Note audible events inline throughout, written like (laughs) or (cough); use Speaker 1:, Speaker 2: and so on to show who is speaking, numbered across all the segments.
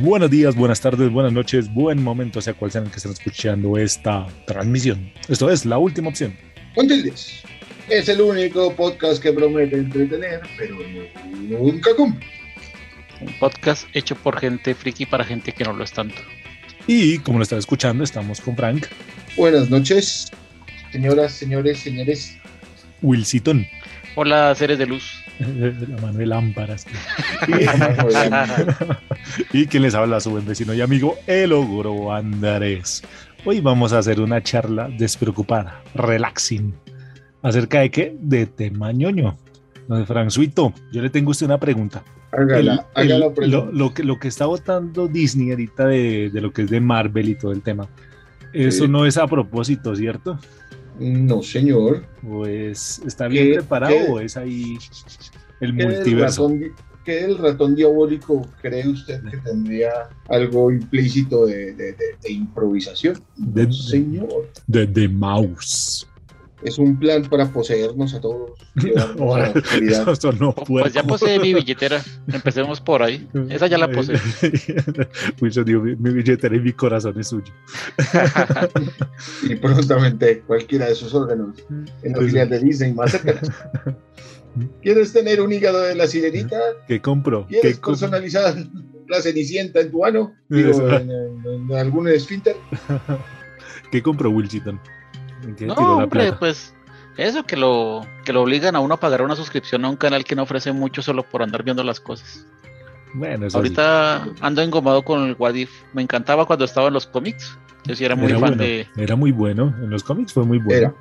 Speaker 1: Buenos días, buenas tardes, buenas noches, buen momento, sea cual sea en el que estén escuchando esta transmisión. Esto es la última opción.
Speaker 2: Con tildes. Es el único podcast que promete entretener, pero nunca cumple.
Speaker 3: Un podcast hecho por gente friki para gente que no lo es tanto.
Speaker 1: Y como lo están escuchando, estamos con Frank,
Speaker 2: Buenas noches, señoras, señores,
Speaker 1: (laughs)
Speaker 2: señores.
Speaker 1: Wilsiton,
Speaker 3: Hola, seres de luz.
Speaker 1: (laughs) la mano de lámparas, (laughs)
Speaker 2: Hola.
Speaker 1: y quien les habla su buen vecino y amigo, el ogro Andrés. Hoy vamos a hacer una charla despreocupada, relaxing, acerca de qué? De tema ñoño. Don Franzuito, yo le tengo a usted una pregunta.
Speaker 2: Hágala,
Speaker 1: El- el-
Speaker 2: hágala.
Speaker 1: lo,
Speaker 2: pregunta.
Speaker 1: lo que, lo que está votando Disney ahorita de, de lo que es de Marvel y todo el tema, eso
Speaker 2: Sí.
Speaker 1: no es a propósito, ¿cierto?
Speaker 2: No, señor.
Speaker 1: ¿O es, está bien
Speaker 2: ¿Qué-
Speaker 1: preparado
Speaker 2: qué-
Speaker 1: o es ahí el
Speaker 2: ¿Qué del,
Speaker 1: multiverso?
Speaker 2: ratón, di- qué del ratón diabólico cree usted que tendría algo implícito de, de- de- de improvisación? No,
Speaker 1: De- de-
Speaker 2: señor.
Speaker 1: De The Mouse.
Speaker 2: Es un plan para poseernos
Speaker 1: (laughs)
Speaker 2: a todos. llevarnos a la
Speaker 1: Ahora,
Speaker 2: oscuridad.
Speaker 1: (laughs) Eso no
Speaker 3: (laughs) Pues ya posee mi billetera. Empecemos por ahí. Esa ya
Speaker 1: (laughs)
Speaker 3: la posee.
Speaker 1: Wilson dijo, mi, mi billetera y mi corazón es suyo.
Speaker 2: y prontamente cualquiera de sus órganos en la filial de Disney
Speaker 1: (laughs)
Speaker 2: más cercana. ¿Quieres tener un hígado de la sirenita?
Speaker 1: ¿Qué compró?
Speaker 2: ¿Quieres
Speaker 1: ¿Qué com-
Speaker 2: personalizar la cenicienta en tu ano? Digo,
Speaker 1: Eso.
Speaker 2: en, en- en algún esfínter.
Speaker 1: ¿Qué compró Wilson? ¿En qué
Speaker 3: No,
Speaker 1: tiró la
Speaker 3: hombre,
Speaker 1: plata?
Speaker 3: pues eso que lo, que lo obligan a uno a pagar una suscripción a un canal que no ofrece mucho solo por andar viendo las cosas.
Speaker 1: Bueno, eso sí.
Speaker 3: Ahorita ando engomado con el What If. Me encantaba cuando estaba en los cómics. Yo sí era muy
Speaker 1: era,
Speaker 3: fan
Speaker 1: bueno,
Speaker 3: de.
Speaker 1: era muy bueno. En los cómics fue muy bueno.
Speaker 2: Era.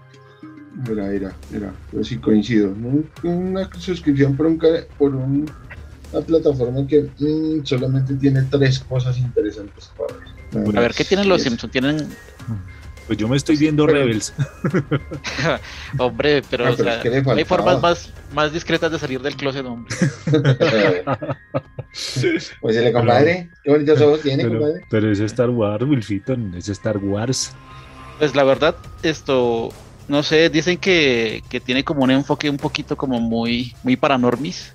Speaker 2: Era, era, era. Yo sí coincido. ¿no? Una suscripción por, un, ca- por un- una plataforma que mm, solamente tiene tres cosas interesantes para ver. Nada
Speaker 3: A
Speaker 2: más.
Speaker 3: ver, ¿qué tienen los
Speaker 2: Y eso.
Speaker 3: Simpsons? Tienen.
Speaker 1: Pues yo me estoy viendo
Speaker 2: Pero-
Speaker 1: Rebels.
Speaker 3: Hombre, pero,
Speaker 2: Ah, pero
Speaker 3: o sea,
Speaker 2: ¿qué le
Speaker 3: hay
Speaker 2: faltaba?
Speaker 3: formas más, más discretas de salir del closet, hombre.
Speaker 2: (laughs) pues dile, compadre, qué bonitos ojos tiene,
Speaker 1: Pero,
Speaker 2: compadre.
Speaker 1: pero es Star Wars, Wilfiton, es Star Wars.
Speaker 3: Pues la verdad, esto, no sé, dicen que, que tiene como un enfoque un poquito como muy, muy paranormis.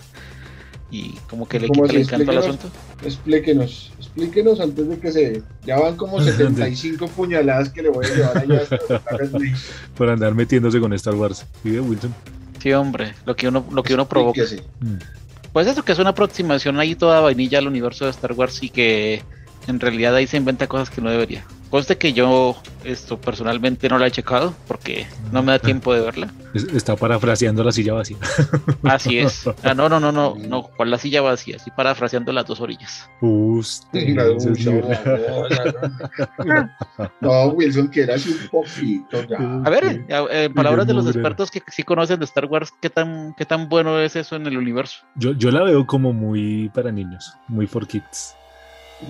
Speaker 3: Y como que le
Speaker 2: ¿Cómo
Speaker 3: quita el
Speaker 2: así?
Speaker 3: encanto al
Speaker 2: Explíquenos.
Speaker 3: asunto.
Speaker 2: Explíquenos, explíquenos antes de que se. Ya
Speaker 1: (laughs)
Speaker 2: van como 75 puñaladas que le voy a llevar allá hasta los planes de México.
Speaker 1: Por andar metiéndose con Star Wars. ¿Sí, de Wilson?
Speaker 3: Sí, hombre, lo que uno, lo que uno provoca.
Speaker 2: Explíquese.
Speaker 1: Mm.
Speaker 3: Pues eso que es una aproximación ahí toda vainilla al universo de Star Wars y que en realidad ahí se inventa cosas que no debería. Conste que yo esto personalmente no la he checado porque no me da tiempo de verla.
Speaker 1: Es- Está parafraseando la silla vacía. (laughs)
Speaker 3: Así es. Ah, no, no, no, no, no, con la silla vacía, así parafraseando las dos orillas.
Speaker 1: Usted, ese es nivel. (laughs)
Speaker 2: No, Wilson, que eras un poquito ya.
Speaker 3: A ver, eh, eh, en palabras de los
Speaker 1: mugre.
Speaker 3: expertos que sí conocen de Star Wars, ¿qué tan, qué tan bueno es eso en el universo?
Speaker 1: Yo, yo la veo como muy para niños, muy for kids.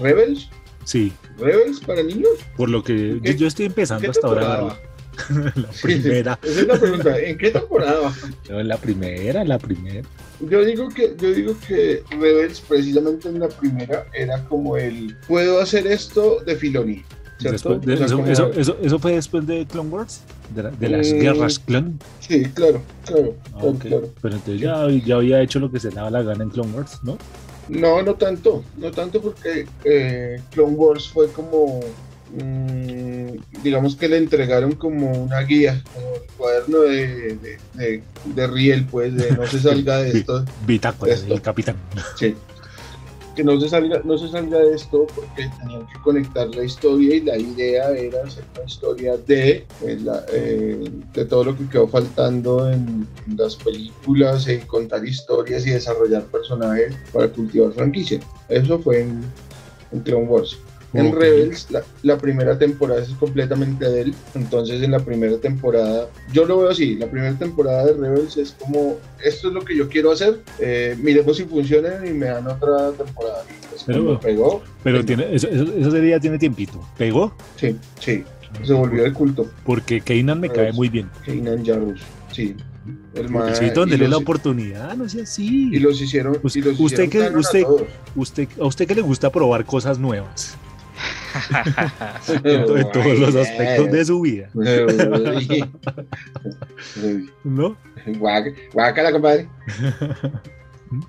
Speaker 2: ¿Rebels?
Speaker 1: Sí,
Speaker 2: ¿Rebels para niños?
Speaker 1: por lo que yo,
Speaker 2: ¿Qué-
Speaker 1: yo estoy
Speaker 2: ¿Qué
Speaker 1: empezando hasta ahora a
Speaker 2: temporada?
Speaker 1: verla.
Speaker 2: (laughs)
Speaker 1: La primera,
Speaker 2: Esa es la pregunta. ¿En qué temporada?
Speaker 1: no, la primera, la primera.
Speaker 2: Yo digo que, yo digo que Rebels, precisamente en la primera, era como el puedo hacer esto de Filoni.
Speaker 1: Después
Speaker 2: ¿Cierto?
Speaker 1: de-
Speaker 2: O sea,
Speaker 1: eso,
Speaker 2: como-
Speaker 1: eso, eso- eso fue después de Clone Wars, de, la- de las
Speaker 2: Mm.
Speaker 1: guerras clon.
Speaker 2: Sí, claro, claro,
Speaker 1: Ah,
Speaker 2: claro,
Speaker 1: ok.
Speaker 2: claro.
Speaker 1: Pero entonces ya, ya había hecho lo que se le daba la gana en Clone Wars, ¿no?
Speaker 2: No, no tanto, no tanto porque eh, Clone Wars fue como, mm, digamos que le entregaron como una guía, como el cuaderno de, de, de- de Riel, pues, de no se salga de esto,
Speaker 1: Bitácora
Speaker 2: Esto.
Speaker 1: del capitán.
Speaker 2: sí. Que no se salga, no se salga de esto porque tenían que conectar la historia y la idea era hacer una historia de, pues, la- eh, de todo lo que quedó faltando en, en las películas, en contar historias y desarrollar personajes para cultivar franquicia. Eso fue en, en Clone Wars. (laughs) En
Speaker 1: Ok.
Speaker 2: Rebels, la, la primera temporada es completamente de él. Entonces, en la primera temporada, yo lo veo así: la primera temporada de Rebels es como, esto es lo que yo quiero hacer. eh, miremos si funcionan y me dan otra temporada. Y pues,
Speaker 1: Pero-
Speaker 2: cuando pegó,
Speaker 1: Pero tiene, eso, eso, eso sería- ya tiene tiempito. Pegó
Speaker 2: sí, sí,
Speaker 1: Ah,
Speaker 2: se volvió de culto.
Speaker 1: porque Keynan me
Speaker 2: Pero
Speaker 1: cae
Speaker 2: es-
Speaker 1: muy bien.
Speaker 2: Keynan Jarrus, sí. El man-
Speaker 1: Sí,
Speaker 2: y,
Speaker 1: donde le la
Speaker 2: los,
Speaker 1: oportunidad, no sea
Speaker 2: y
Speaker 1: así.
Speaker 2: los hicieron. y
Speaker 1: Usted-
Speaker 2: los
Speaker 1: usted
Speaker 2: hicieron
Speaker 1: que-
Speaker 2: canon a
Speaker 1: usted-
Speaker 2: todos.
Speaker 1: Usted, a usted que le gusta probar cosas nuevas (laughs) en, to- en todos los
Speaker 2: eh.
Speaker 1: aspectos
Speaker 2: (laughs)
Speaker 1: de su vida,
Speaker 2: Uy.
Speaker 1: ¿no?
Speaker 2: Guac- Guácala, compadre.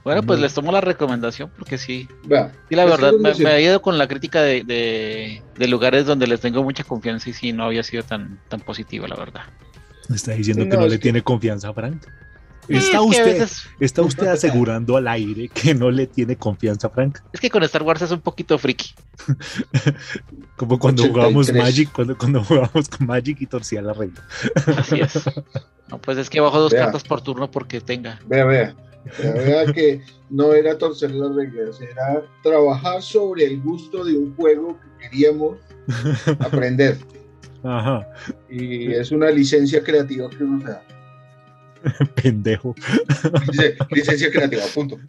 Speaker 3: Bueno, pues les tomo la recomendación porque sí.
Speaker 2: Vea,
Speaker 3: Y la
Speaker 2: Eso
Speaker 3: verdad,
Speaker 2: es lo
Speaker 3: me,
Speaker 2: que
Speaker 3: me he ido con la crítica de, de- de lugares donde les tengo mucha confianza y sí, no había sido tan, tan positiva, la verdad.
Speaker 1: Está diciendo
Speaker 2: No,
Speaker 1: que no
Speaker 2: es
Speaker 1: le
Speaker 2: que-
Speaker 1: tiene confianza a Frank.
Speaker 3: Es que
Speaker 1: Está
Speaker 3: a
Speaker 1: usted,
Speaker 3: veces-
Speaker 1: está usted asegurando al aire que no le tiene confianza a Frank.
Speaker 3: es que con Star Wars es un poquito friki.
Speaker 1: Como cuando
Speaker 2: 83.
Speaker 1: jugábamos Magic, cuando, cuando jugábamos con Magic y torcía la regla.
Speaker 3: Así es. No, pues es que bajo dos
Speaker 2: Vea.
Speaker 3: cartas por turno porque tenga.
Speaker 2: Vea, vea. Vea, vea que no era torcer las reglas, era trabajar sobre el gusto de un juego que queríamos aprender.
Speaker 1: Ajá,
Speaker 2: Y es una licencia creativa que uno se da.
Speaker 1: pendejo.
Speaker 2: Dice, licencia creativa, punto.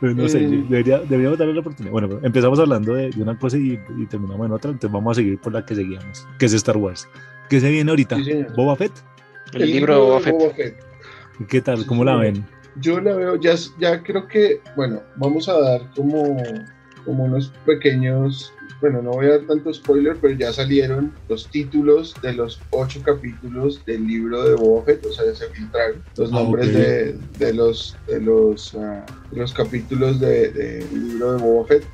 Speaker 1: Pues no sé,
Speaker 2: Mm.
Speaker 1: debería- deberíamos darle la oportunidad. Bueno, pero empezamos hablando de, de una cosa y, y terminamos en otra, entonces vamos a seguir por la que seguíamos, que es Star Wars. ¿Qué se viene ahorita?
Speaker 2: Sí, señor.
Speaker 1: Boba Fett.
Speaker 3: El, libro de Boba Fett.
Speaker 2: Fett.
Speaker 1: ¿Qué tal? ¿Cómo la ven?
Speaker 2: Yo la veo, ya, ya creo que, bueno, vamos a dar como, como unos pequeños, bueno, no voy a dar tanto spoiler, pero ya salieron los títulos de los ocho capítulos del libro de Boba Fett, o sea, ya se filtraron los
Speaker 1: Ah,
Speaker 2: nombres
Speaker 1: ok.
Speaker 2: de, de los, de los, ah, de los capítulos de- del libro de Boba Fett,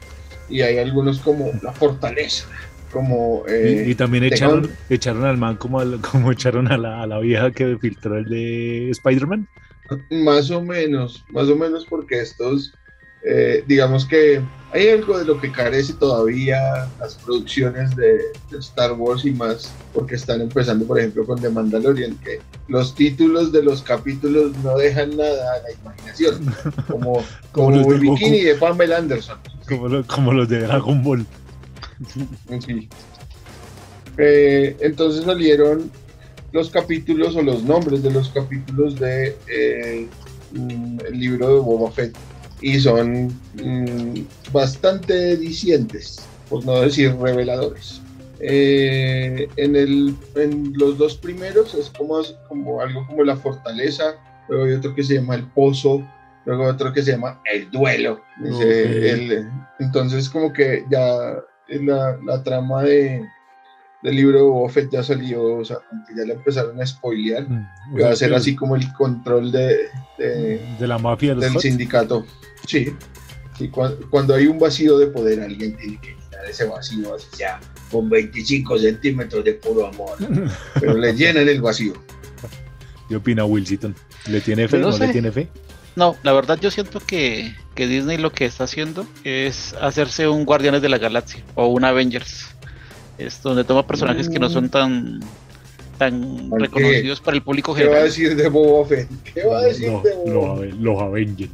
Speaker 2: y hay algunos como La Fortaleza, como... eh,
Speaker 1: Y, y también
Speaker 2: tengo-
Speaker 1: echaron, echaron al man como, al- como echaron a la, a la vieja que filtró el de Spider-Man.
Speaker 2: Más o menos, más o menos porque estos, eh, digamos que hay algo de lo que carece todavía las producciones de, de Star Wars y más, porque están empezando, por ejemplo, con The Mandalorian, que los títulos de los capítulos no dejan nada a la
Speaker 1: (laughs)
Speaker 2: imaginación, como,
Speaker 1: Como
Speaker 2: como,
Speaker 1: los de
Speaker 2: el
Speaker 1: Goku.
Speaker 2: bikini de Pamela Anderson.
Speaker 1: Como, lo- como los de Dragon Ball.
Speaker 2: Sí. Eh, entonces salieron los capítulos o los nombres de los capítulos de eh, mm, el libro de Boba Fett y son mm, bastante dicientes, por no decir reveladores. Eh, en, el, en los dos primeros es como, como algo como la fortaleza, luego hay otro que se llama el pozo, luego otro que se llama el duelo. Dice
Speaker 1: Ok.
Speaker 2: el- entonces como que ya eh, la, la trama de, del libro de Boba Fett ya salió, o sea, como que ya la empezaron a spoilear,
Speaker 1: Mm, o
Speaker 2: que va a
Speaker 1: sea,
Speaker 2: ser así como el control de- de,
Speaker 1: De la mafia de los
Speaker 2: del
Speaker 1: Hutts.
Speaker 2: sindicato. Sí. Y cua- cuando hay un vacío de poder, alguien tiene que llenar ese vacío, así sea, con 25 centímetros de puro amor. Pero le llenan
Speaker 1: (laughs)
Speaker 2: el vacío.
Speaker 1: ¿Qué opina Wilson? ¿Le tiene fe?
Speaker 2: Pues
Speaker 3: No
Speaker 1: ¿No,
Speaker 3: sé.
Speaker 1: le tiene fe?
Speaker 3: No, la verdad yo siento que, que Disney lo que está haciendo es hacerse un Guardianes de la Galaxia o un Avengers. Es donde toma personajes que no
Speaker 2: Mm.
Speaker 3: son tan tan
Speaker 2: ¿Por qué?
Speaker 3: reconocidos para el público
Speaker 2: ¿Qué va a
Speaker 3: general.
Speaker 2: decir de Boba Fett? ¿Qué va a decir
Speaker 1: No,
Speaker 2: de
Speaker 1: los
Speaker 2: Boba Fett?
Speaker 1: Aven- los Avengers.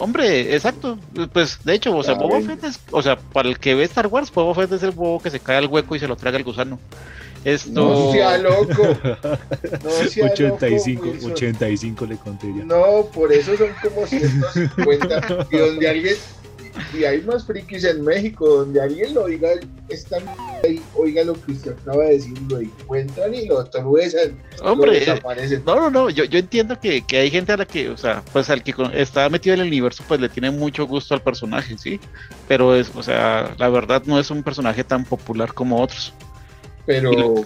Speaker 3: Hombre, exacto. Pues de hecho, o sea,
Speaker 2: Ah,
Speaker 3: Boba
Speaker 2: bien.
Speaker 3: Fett es, o sea, para el que ve Star Wars, Boba Fett es el bobo que se cae al hueco y se lo traga el gusano. Esto
Speaker 2: No sea loco. No
Speaker 1: (laughs)
Speaker 2: sea
Speaker 1: 85,
Speaker 2: loco, Wilson.
Speaker 1: 85 le conté ya.
Speaker 2: No, por eso son como 150. y donde alguien. Y hay más frikis en México, donde alguien lo oiga, esta m- ahí, oiga lo que usted acaba de decir, lo encuentran y lo atruesan.
Speaker 3: hombre,
Speaker 2: Lo desaparecen.
Speaker 3: No, no, no, yo, yo entiendo que, que hay gente a la que, o sea, pues al que con- está metido en el universo, pues le tiene mucho gusto al personaje, ¿sí? Pero es, o sea, la verdad no es un personaje tan popular como otros.
Speaker 2: Pero,
Speaker 3: O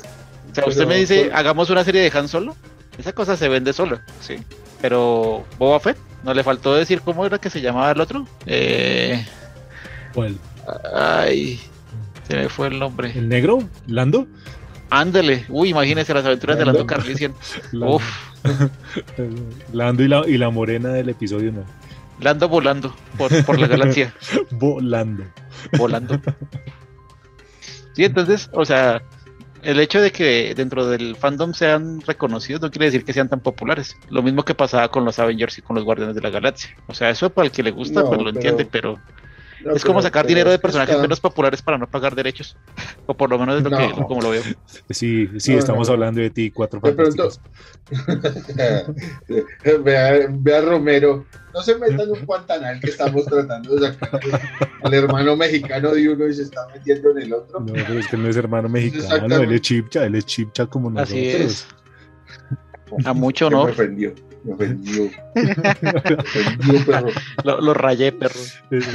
Speaker 3: sea, usted
Speaker 2: Pero,
Speaker 3: me dice,
Speaker 2: pues-
Speaker 3: hagamos una serie de Han Solo, esa cosa se vende sola, ¿sí? Pero Boba Fett, no le faltó decir cómo era que se llamaba el otro. Eh,
Speaker 1: ¿Cuál?
Speaker 3: ay, se me fue el nombre.
Speaker 1: ¿El negro? ¿Lando?
Speaker 3: Ándale, uy, imagínese las aventuras de Lando
Speaker 2: Lando.
Speaker 3: Carlisian.
Speaker 1: Lando,
Speaker 3: Uf,
Speaker 1: Lando y, la, y la morena del episodio 1.
Speaker 3: Lando volando por, por la galaxia.
Speaker 1: Volando.
Speaker 3: volando. Sí, entonces, o sea, el hecho de que dentro del fandom sean reconocidos no quiere decir que sean tan populares. Lo mismo que pasaba con los Avengers y con los Guardianes de la Galaxia. O sea, eso para el que le gusta,
Speaker 2: No,
Speaker 3: pues lo
Speaker 2: pero-
Speaker 3: entiende, pero
Speaker 2: no,
Speaker 3: es como
Speaker 2: pero-
Speaker 3: sacar
Speaker 2: pero
Speaker 3: dinero de
Speaker 2: es que
Speaker 3: personajes
Speaker 2: está-
Speaker 3: menos populares para no pagar derechos. O por lo menos es lo que,
Speaker 2: No.
Speaker 3: como lo veo.
Speaker 1: Sí, sí,
Speaker 2: No,
Speaker 1: estamos
Speaker 2: no.
Speaker 1: hablando de ti, cuatro
Speaker 2: De pronto-
Speaker 1: fantásticos.
Speaker 2: (laughs) vea, vea Romero, no se metan en un pantanal que estamos tratando de sacar al hermano mexicano de uno y se está metiendo en el otro.
Speaker 1: No, pero es que él no es hermano mexicano,
Speaker 2: Exactamente.
Speaker 1: él es chipcha, él es chipcha como nosotros.
Speaker 3: Así es.
Speaker 2: (laughs)
Speaker 3: A mucho
Speaker 2: Que Me
Speaker 3: honor.
Speaker 2: ofendió, me ofendió. Me ofendió, perro.
Speaker 3: Lo, lo rayé, perro.
Speaker 1: Es-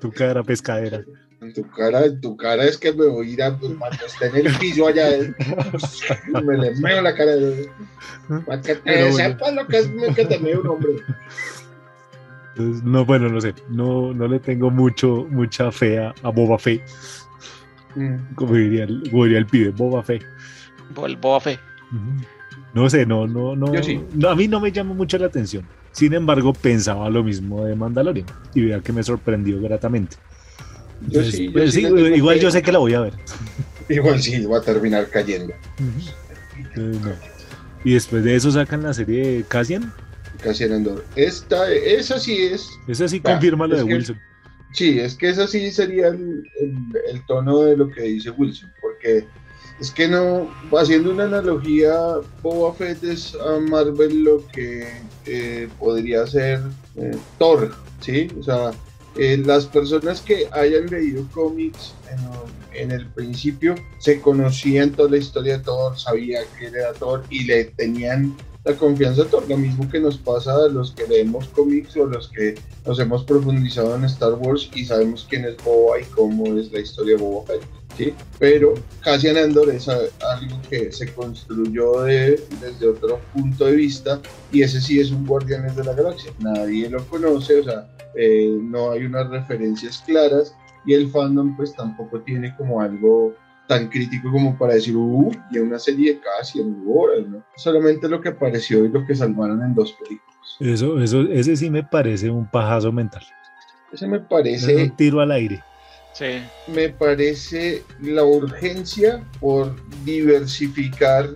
Speaker 1: tu cara pescadera.
Speaker 2: En tu cara, en tu cara es que me voy a ir a pues, cuando esté en el piso allá.
Speaker 1: (laughs)
Speaker 2: eh, Me le meo la cara de. Para que te
Speaker 1: Pero bueno.
Speaker 2: sepas lo que es que te meo un hombre.
Speaker 1: Entonces, no, bueno, no sé, no, no le tengo mucho, mucha fe a, a Boba Fett,
Speaker 2: Mm.
Speaker 1: como diría el, como diría el pibe, Boba Fett.
Speaker 3: El Boba Fett.
Speaker 1: Ujú. No sé, no, no, no,
Speaker 2: Yo sí.
Speaker 1: no, A mí no me llama mucho la atención. Sin embargo, pensaba lo mismo de Mandalorian y vea que me sorprendió gratamente.
Speaker 2: Yo
Speaker 1: Entonces,
Speaker 2: sí, yo
Speaker 1: pues sí,
Speaker 2: sí le tengo
Speaker 1: igual
Speaker 2: fe.
Speaker 1: yo sé que la voy a ver.
Speaker 2: Igual sí, va a terminar cayendo.
Speaker 1: Entonces, no. Y después de eso sacan la serie de Cassian.
Speaker 2: Casi en Andor. Esta, esa sí es.
Speaker 1: Eso sí
Speaker 2: Ah,
Speaker 1: confirma lo
Speaker 2: es
Speaker 1: de
Speaker 2: que-
Speaker 1: Wilson.
Speaker 2: Sí, es que esa sí sería el, el- el tono de lo que dice Wilson, porque es que no, haciendo una analogía, Boba Fett es a Marvel lo que eh, podría ser eh, Thor, ¿sí? O sea, eh, las personas que hayan leído cómics en, en el principio se conocían toda la historia de Thor, sabían que era Thor y le tenían la confianza a Thor, lo mismo que nos pasa a los que leemos cómics o los que nos hemos profundizado en Star Wars y sabemos quién es Boba y cómo es la historia de Boba Fett, ¿sí? Pero Cassian Andor es a- algo que se construyó de- desde otro punto de vista y ese sí es un Guardianes de la Galaxia. Nadie lo conoce, o sea, eh, no hay unas referencias claras y el fandom pues tampoco tiene como algo tan crítico como para decir, uh, y una serie de casi en horas, ¿no? Solamente lo que apareció y lo que salvaron en dos películas.
Speaker 1: Eso, eso, ese sí me parece un pajazo mental.
Speaker 2: Ese me
Speaker 1: Es
Speaker 2: parece
Speaker 1: un tiro al aire.
Speaker 3: Sí.
Speaker 2: me parece la urgencia por diversificar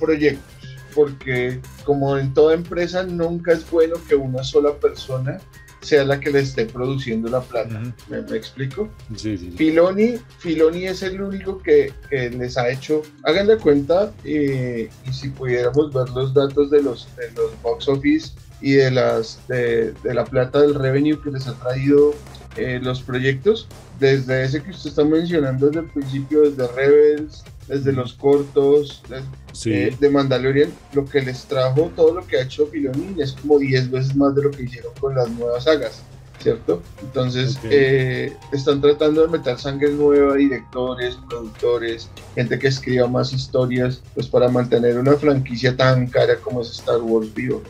Speaker 2: proyectos, porque como en toda empresa nunca es bueno que una sola persona sea la que le esté produciendo la plata. ¿Me, me explico?
Speaker 1: Sí, sí, sí.
Speaker 2: Filoni, Filoni es el único que, que les ha hecho, hagan la cuenta eh, y si pudiéramos ver los datos de los, de los box office y de, las, de, de la plata del revenue que les ha traído eh, los proyectos, desde ese que usted está mencionando desde el principio, desde Rebels, desde los cortos, de-
Speaker 1: Sí.
Speaker 2: eh, de Mandalorian, lo que les trajo, todo lo que ha hecho Filoni es como 10 veces más de lo que hicieron con las nuevas sagas, ¿cierto? Entonces,
Speaker 1: Ok.
Speaker 2: eh, están tratando de meter sangre nueva, directores, productores, gente que escriba más historias, pues para mantener una franquicia tan cara como es Star Wars vivo,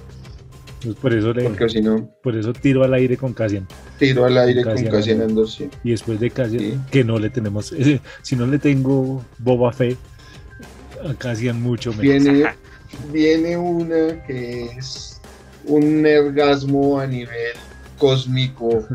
Speaker 1: Entonces, pues por, eso le-
Speaker 2: porque si no,
Speaker 1: por eso tiro al aire con Cassian.
Speaker 2: tiro al aire con
Speaker 1: Cassian
Speaker 2: Cassian
Speaker 1: Andor.
Speaker 2: Andor, sí.
Speaker 1: Y después de Cassian,
Speaker 2: Sí.
Speaker 1: que no le tenemos. eh, Si no le tengo Boba Fett, a Cassian mucho menos.
Speaker 2: Viene, viene una que es un ergasmo a nivel cósmico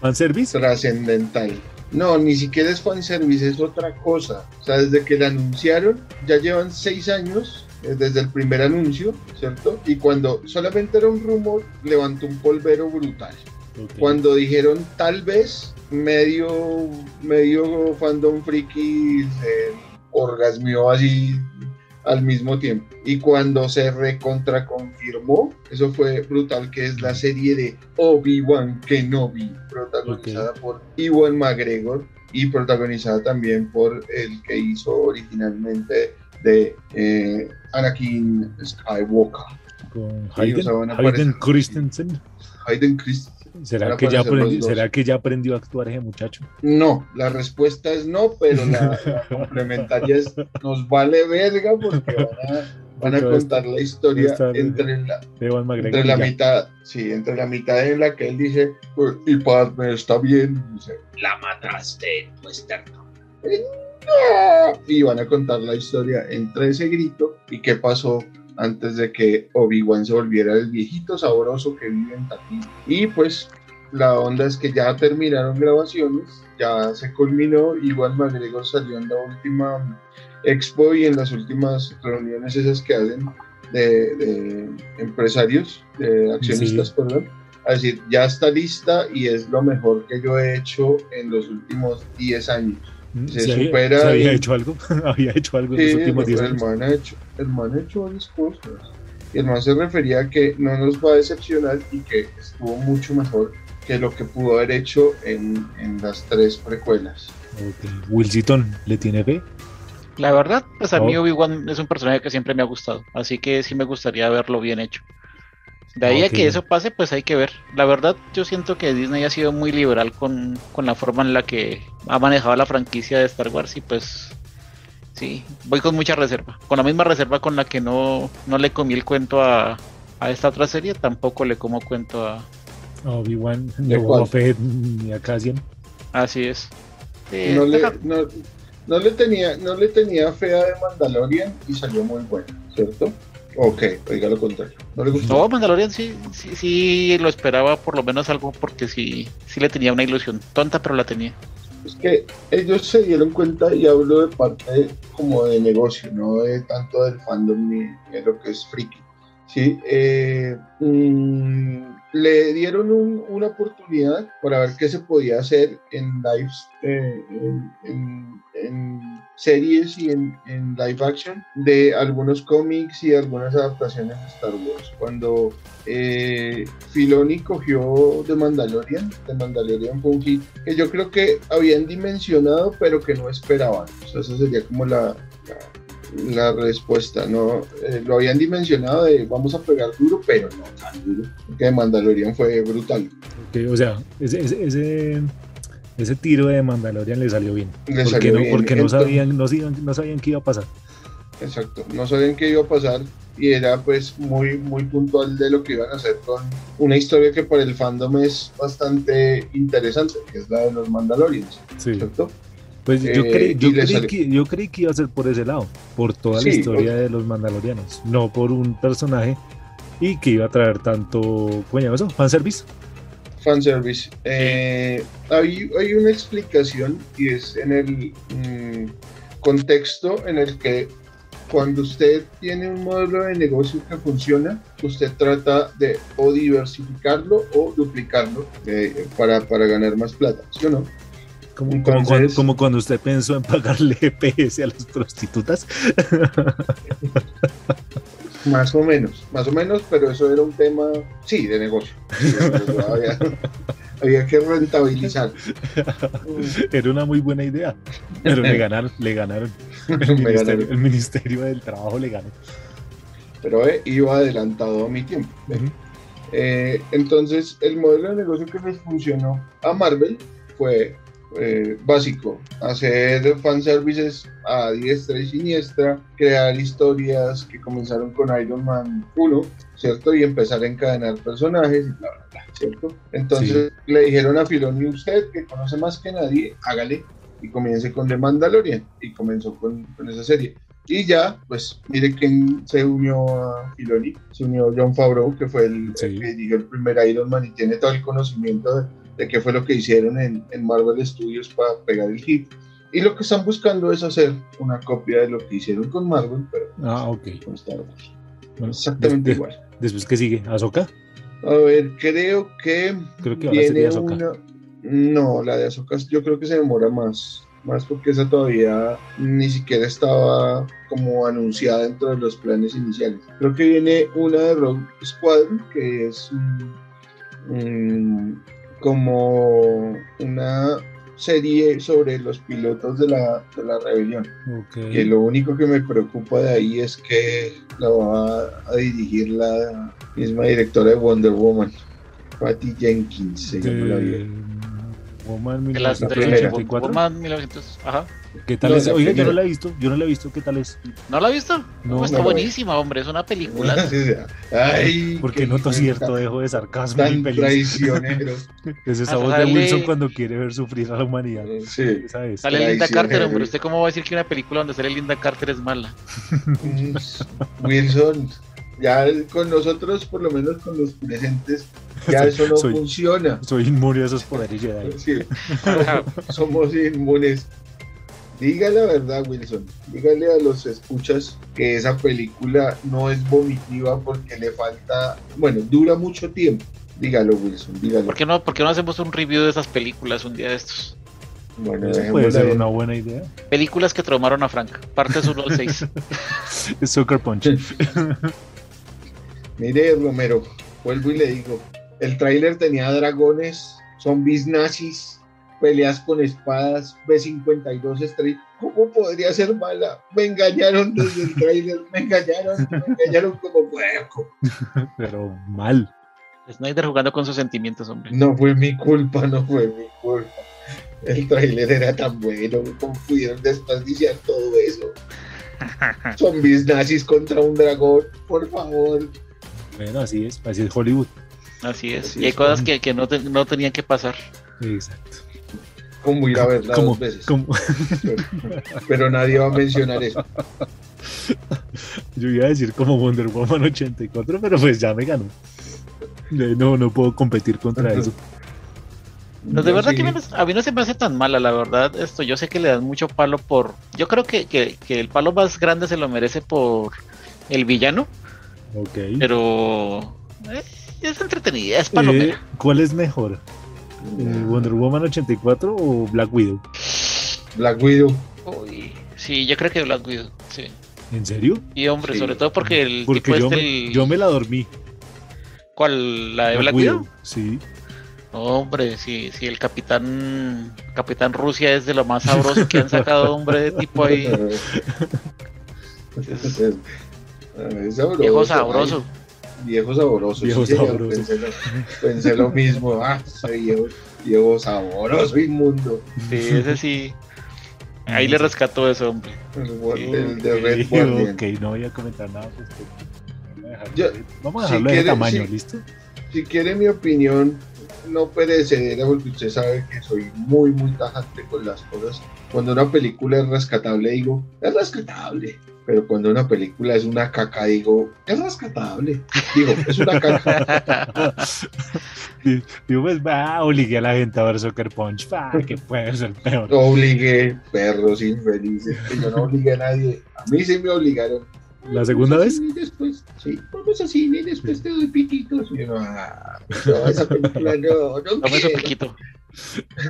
Speaker 1: ¿Fan service?
Speaker 2: trascendental. No, ni siquiera es fanservice, es otra cosa. O sea, desde que la anunciaron, ya llevan seis años eh, desde el primer anuncio, ¿cierto? Y cuando solamente era un rumor, levantó un polvero brutal.
Speaker 1: Ok.
Speaker 2: Cuando dijeron tal vez, medio, medio fandom friki se orgasmió así al mismo tiempo. Y cuando se recontraconfirmó, eso fue brutal, que es la serie de Obi-Wan Kenobi, protagonizada por Iwan McGregor y protagonizada también por el que hizo originalmente de eh, Anakin Skywalker,
Speaker 1: Con
Speaker 2: sea,
Speaker 1: Hayden,
Speaker 2: van a
Speaker 1: Hayden
Speaker 2: aparecer-
Speaker 1: Christensen.
Speaker 2: Hayden Christensen. Van
Speaker 1: ¿Será
Speaker 2: a
Speaker 1: que, ya
Speaker 2: aparecer los
Speaker 1: aprendi-
Speaker 2: dos.
Speaker 1: ¿Será que ya aprendió a actuar ese muchacho? (laughs)
Speaker 2: No, la respuesta es no, pero la, la complementaria es nos vale verga porque van a, van a
Speaker 1: Porque va a
Speaker 2: contar la historia
Speaker 1: va a estar-
Speaker 2: entre la,
Speaker 1: Evan McGregor.
Speaker 2: entre la
Speaker 1: y ya.
Speaker 2: mitad, sí, entre la mitad en la que él dice, "Pues, y Padme está bien, dice, la mataste en tu externo. ¡No! Y van a contar la historia entre ese grito y qué pasó antes de que Obi-Wan se volviera el viejito sabroso que vive en Tatooine. Y pues la onda es que ya terminaron grabaciones, ya se culminó, igual McGregor salió en la última expo y en las últimas reuniones esas que hacen de, de empresarios, de accionistas, perdón, a decir, ya está lista y es lo mejor que yo he hecho en los últimos 10 años.
Speaker 1: Mm,
Speaker 2: se
Speaker 1: ¿sí había-
Speaker 2: supera
Speaker 1: ¿sí había
Speaker 2: y-
Speaker 1: hecho algo? (laughs) ¿Había hecho algo en
Speaker 2: Sí,
Speaker 1: Pues los últimos 10
Speaker 2: el,
Speaker 1: años?
Speaker 2: man ha hecho, el man ha hecho varias cosas. Y el man se refería a que no nos va a decepcionar y que estuvo mucho mejor que lo que pudo haber hecho en, en las tres precuelas.
Speaker 1: Ok. Wilsitón, ¿le tiene fe?
Speaker 3: La verdad, pues a mí
Speaker 1: Oh.
Speaker 3: Obi-Wan es un personaje que siempre me ha gustado, así que sí me gustaría verlo bien hecho. De ahí
Speaker 1: Ok.
Speaker 3: a que eso pase, pues hay que ver. La verdad, yo siento que Disney ha sido muy liberal con, con la forma en la que ha manejado la franquicia de Star Wars y pues sí, voy con mucha reserva. Con la misma reserva con la que no, no le comí el cuento a, a esta otra serie, tampoco le como cuento a,
Speaker 1: a Obi-Wan, ni
Speaker 2: ¿De
Speaker 1: a Boba
Speaker 2: cuál?
Speaker 1: Fett, ni a Cassian.
Speaker 3: Así es. Sí,
Speaker 2: No le,
Speaker 3: deja-
Speaker 2: no, no le tenía, no le tenía fe a The Mandalorian y salió muy bueno, ¿cierto? Ok, oiga lo contrario. No le gustó.
Speaker 3: No, Mandalorian sí, sí, sí lo esperaba por lo menos algo porque sí, sí le tenía una ilusión. Tonta, pero la tenía.
Speaker 2: Es que ellos se dieron cuenta, y hablo de parte como de negocio, no de tanto del fandom ni de lo que es friki. Sí, Eh, mm, le dieron un- una oportunidad para ver qué se podía hacer en lives, eh, en, en- en series y en, en live action de algunos cómics y algunas adaptaciones de Star Wars. Cuando eh, Filoni cogió The Mandalorian. The Mandalorian fue un hit que yo creo que habían dimensionado, pero que no esperaban. O sea, esa sería como la, la, la respuesta. No, Eh, lo habían dimensionado de vamos a pegar duro, pero no tan duro. Que The Mandalorian fue brutal.
Speaker 1: Ok, o sea, ese, ese, ese, ese tiro de Mandalorian le salió bien.
Speaker 2: Le
Speaker 1: porque
Speaker 2: salió
Speaker 1: no,
Speaker 2: bien.
Speaker 1: porque no,
Speaker 2: Entonces-
Speaker 1: sabían, no, sabían, no sabían qué iba a pasar.
Speaker 2: Exacto, no sabían qué iba a pasar y era pues muy muy puntual de lo que iban a hacer con una historia que para el fandom es bastante interesante, que es la de los Mandalorians,
Speaker 1: Sí.
Speaker 2: ¿cierto?
Speaker 1: Pues yo,
Speaker 2: Eh,
Speaker 1: creí, yo,
Speaker 2: y le
Speaker 1: creí
Speaker 2: salió.
Speaker 1: que, yo creí que iba a ser por ese lado, por toda la
Speaker 2: Sí,
Speaker 1: historia de los mandalorianos, no por un personaje y que iba a traer tanto, ¿cómo se llama eso? ¿Fanservice?
Speaker 2: fanservice. Eh, hay, hay una explicación y es en el mm, contexto en el que cuando usted tiene un modelo de negocio que funciona, usted trata de o diversificarlo o duplicarlo eh, para, para ganar más plata, ¿sí o no?
Speaker 1: Como, como
Speaker 2: Entonces-
Speaker 1: cuando, como cuando usted pensó en pagarle (laughs) EPS a las prostitutas.
Speaker 2: Más o menos, más o menos, pero eso era un tema, sí, de (laughs) negocio. había, había que rentabilizar. (laughs)
Speaker 1: Era una muy buena idea, pero le ganaron, le
Speaker 2: (laughs)
Speaker 1: ganaron. El,
Speaker 2: Me
Speaker 1: ministerio,
Speaker 2: ganaron.
Speaker 1: el Ministerio del Trabajo le ganó.
Speaker 2: Pero eh, iba adelantado a mi tiempo. Eh, entonces, el modelo de negocio que les funcionó a Marvel fue eh, básico: hacer fanservices a diestra y siniestra, crear historias que comenzaron con Iron Man 1, ¿cierto? Y empezar a encadenar personajes, y bla, bla, bla, ¿cierto? Entonces, le dijeron a Filoni, usted que conoce más que nadie, hágale y comience con The Mandalorian. Y comenzó con, con esa serie. Y ya, pues, mire quién se unió a Filoni, se unió John Favreau, que fue el,
Speaker 1: Sí.
Speaker 2: el que dirigió el primer Iron Man y tiene todo el conocimiento de, de qué fue lo que hicieron en, en Marvel Studios para pegar el hit. Y lo que están buscando es hacer una copia de lo que hicieron con Marvel, pero
Speaker 1: Ah, ok.
Speaker 2: con Star Wars.
Speaker 1: Bueno,
Speaker 2: Exactamente
Speaker 1: des-
Speaker 2: igual.
Speaker 1: des- después que sigue, Azoka.
Speaker 2: A ver, creo que
Speaker 1: Creo que ahora sería
Speaker 2: viene
Speaker 1: Azoka.
Speaker 2: una... No, la de Azoka yo creo que se demora más. Más porque esa todavía ni siquiera estaba como anunciada dentro de los planes iniciales. Creo que viene una de Rogue Squadron, que es mm, mm, como una serie sobre los pilotos de la, de la rebelión.
Speaker 1: Ok.
Speaker 2: Que lo único que me preocupa de ahí es que la va a dirigir la misma directora de Wonder Woman, Patty Jenkins, se llama la
Speaker 1: De-
Speaker 2: vieja. (laughs)
Speaker 1: Woman
Speaker 3: De las
Speaker 2: La
Speaker 3: de las
Speaker 1: 1984.
Speaker 3: Woman 1900. Ajá.
Speaker 1: ¿Qué tal
Speaker 2: No,
Speaker 1: es?
Speaker 2: la
Speaker 1: Oiga, yo
Speaker 2: primera.
Speaker 1: no la he visto, yo no la he visto, ¿qué tal es?
Speaker 3: ¿No la has visto?
Speaker 1: No,
Speaker 3: No, está
Speaker 2: no la vi.
Speaker 3: buenísima, hombre. Es una
Speaker 2: (laughs)
Speaker 3: película.
Speaker 2: Sí, sí. Ay,
Speaker 1: Porque
Speaker 2: qué
Speaker 1: noto cierto
Speaker 2: tan-
Speaker 1: dejo de sarcasmo
Speaker 2: Tan
Speaker 1: en mi feliz. (laughs)
Speaker 2: traicionero.
Speaker 1: Es esa
Speaker 3: Ah,
Speaker 1: voz de
Speaker 3: sale-
Speaker 1: Wilson cuando quiere ver sufrir a la humanidad.
Speaker 2: Sí.
Speaker 1: Esa es.
Speaker 3: Sale Linda
Speaker 2: Traicionero.
Speaker 3: Carter, hombre. ¿Usted cómo va a decir que una película donde sale Linda Carter es mala?
Speaker 2: Mm, Wilson, ya con nosotros, por lo menos con los presentes,
Speaker 1: (laughs)
Speaker 2: ya eso no
Speaker 1: Soy- (laughs)
Speaker 2: funciona.
Speaker 1: Soy inmune a esos poderes Jedi.
Speaker 2: Sí. somos inmunes. Diga la verdad, Wilson. Dígale a los escuchas que esa película no es vomitiva porque le falta, bueno, dura mucho tiempo. Dígalo, Wilson, dígalo.
Speaker 3: (laughs) ¿Por qué no, por qué no hacemos un review de esas películas un día de estos?
Speaker 2: Bueno,
Speaker 1: Eso
Speaker 2: dejémosla
Speaker 1: puede ser
Speaker 2: ahí.
Speaker 1: una buena idea.
Speaker 3: Películas que traumaron a Frank. Partes 1 al 6.
Speaker 1: Es Sucker Punch.
Speaker 2: Mire, Romero, vuelvo y le digo, el tráiler tenía dragones, zombies nazis, peleas con espadas, B-52 Street. ¿Cómo podría ser mala? Me engañaron desde el tráiler, me engañaron, me engañaron como hueco.
Speaker 1: Pero mal.
Speaker 3: Snyder jugando con sus sentimientos, hombre.
Speaker 2: No fue mi culpa, no fue mi culpa. El tráiler era tan bueno, ¿cómo pudieron desperdiciar todo
Speaker 1: (laughs)
Speaker 2: eso? Zombies nazis contra un dragón, por favor.
Speaker 1: Bueno, así es. Así es Hollywood.
Speaker 3: Así es.
Speaker 2: Así
Speaker 3: y hay
Speaker 2: es,
Speaker 3: cosas
Speaker 1: con-
Speaker 3: que, que no, te- no tenían que pasar.
Speaker 1: Exacto.
Speaker 2: Como ir a verla
Speaker 1: Como-
Speaker 2: dos veces.
Speaker 1: como- (laughs)
Speaker 2: Pero, pero nadie va a mencionar eso.
Speaker 1: yo iba a decir como Wonder Woman 84, pero pues ya me ganó. Eh, No, no puedo competir contra eso.
Speaker 3: No, de verdad
Speaker 2: Sí.
Speaker 3: que no me- a mí no se me hace tan mala, la verdad. Esto, yo sé que le dan mucho palo por. Yo creo que, que- que el palo más grande se lo merece por el villano,
Speaker 1: Ok.
Speaker 3: Eh, pero eh, es entretenida, es palomera.
Speaker 1: Eh, ¿Cuál es mejor? Eh,
Speaker 2: Ah.
Speaker 1: ¿Wonder Woman 84 o Black Widow?
Speaker 2: Black Widow.
Speaker 3: Uy, sí, yo creo que Black Widow, sí.
Speaker 1: ¿En serio?
Speaker 3: Y hombre,
Speaker 2: Sí.
Speaker 3: sobre todo porque el
Speaker 1: Porque
Speaker 3: tipo
Speaker 1: yo,
Speaker 3: este,
Speaker 1: me,
Speaker 3: el-
Speaker 1: yo me la dormí.
Speaker 3: ¿cuál? ¿La de Black, Widow?
Speaker 1: Sí.
Speaker 3: Hombre, sí, sí, el capitán capitán Rusia es de lo más sabroso que han sacado, hombre, de tipo ahí,
Speaker 2: (laughs) Es- es sabroso,
Speaker 3: viejo sabroso.
Speaker 2: ay, viejo sabroso.
Speaker 1: Viejo
Speaker 2: sí, señor,
Speaker 1: sabroso.
Speaker 2: Pensé, lo, pensé lo mismo. Ah, soy viejo, viejo sabroso, inmundo.
Speaker 3: Sí, ese sí. Ahí le rescató eso, hombre.
Speaker 2: El, guar-
Speaker 3: Sí,
Speaker 2: el de Red
Speaker 1: Ok,
Speaker 2: Guardian.
Speaker 1: ok, no voy a comentar nada. al respecto. Vamos a dejarlo
Speaker 2: Yo-
Speaker 1: ahí. Vamos a
Speaker 2: si
Speaker 1: dejarlo de
Speaker 2: quiere-
Speaker 1: tamaño,
Speaker 2: si-
Speaker 1: ¿listo?
Speaker 2: Si quiere mi opinión, no perecedera, porque usted sabe que soy muy, muy tajante con las cosas. Cuando una película es rescatable, digo, es rescatable. Pero cuando una película es una caca, digo, es rescatable. Digo, es una caca.
Speaker 1: (laughs) Digo, pues va, obligué a la gente a ver Soccer Punch.
Speaker 2: (laughs)
Speaker 1: Va, que puede ser peor.
Speaker 2: No obligué, perros infelices, que yo no obligué a nadie. A mí sí me obligaron.
Speaker 1: ¿La segunda
Speaker 2: Vamos
Speaker 1: vez?
Speaker 2: a cine Después, sí, vamos a cine y después te doy pititos. Y yo, ah, no, esa película no, no
Speaker 3: Dame su
Speaker 2: quiero,
Speaker 3: piquito.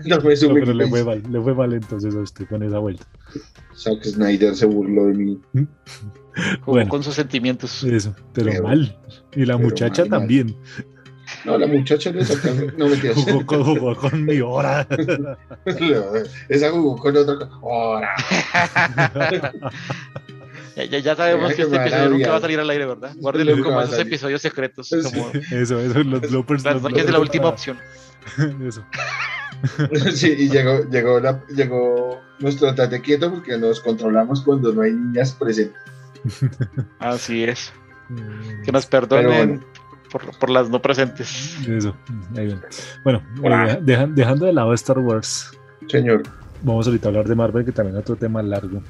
Speaker 2: no me
Speaker 1: No,
Speaker 2: sube
Speaker 1: pero le
Speaker 2: ni
Speaker 1: fue
Speaker 2: pensar.
Speaker 1: mal, le fue mal entonces a usted con esa vuelta.
Speaker 2: Zack Snyder se burló de mí.
Speaker 3: jugó
Speaker 1: Bueno.
Speaker 3: con sus sentimientos.
Speaker 1: Eso, pero
Speaker 2: Pero-
Speaker 1: mal. Y la
Speaker 2: pero
Speaker 1: muchacha
Speaker 2: mal, mal.
Speaker 1: también.
Speaker 2: No, la muchacha le sacaron. No mentiras. (laughs)
Speaker 1: Jugó con, jugó con mi hora.
Speaker 2: Esa jugó con otra cosa. Ahora.
Speaker 3: Ya, ya, ya sabemos
Speaker 2: Mira
Speaker 3: que
Speaker 2: qué
Speaker 3: este episodio nunca
Speaker 2: maravilla.
Speaker 3: va a salir al aire, ¿verdad? Guárdelo
Speaker 2: Nunca
Speaker 3: como
Speaker 2: va a
Speaker 3: esos
Speaker 2: salir.
Speaker 3: episodios secretos,
Speaker 2: Sí.
Speaker 3: como
Speaker 1: Eso, eso, los bloopers.
Speaker 3: las
Speaker 1: los
Speaker 3: noches de la
Speaker 1: bloopers
Speaker 3: última
Speaker 1: para-
Speaker 3: opción.
Speaker 1: Eso.
Speaker 2: (laughs) Sí, y llegó, llegó, la, llegó nuestro tate quieto porque nos controlamos cuando no hay niñas presentes.
Speaker 3: Así es.
Speaker 1: Mm,
Speaker 3: Que nos perdonen
Speaker 2: Pero
Speaker 3: por, por las no presentes.
Speaker 1: Eso. ahí ven. Bueno,
Speaker 2: Hola.
Speaker 1: eh, dejan- dejando de lado Star Wars,
Speaker 2: Señor,
Speaker 1: vamos ahorita a hablar de Marvel, que también es otro tema largo.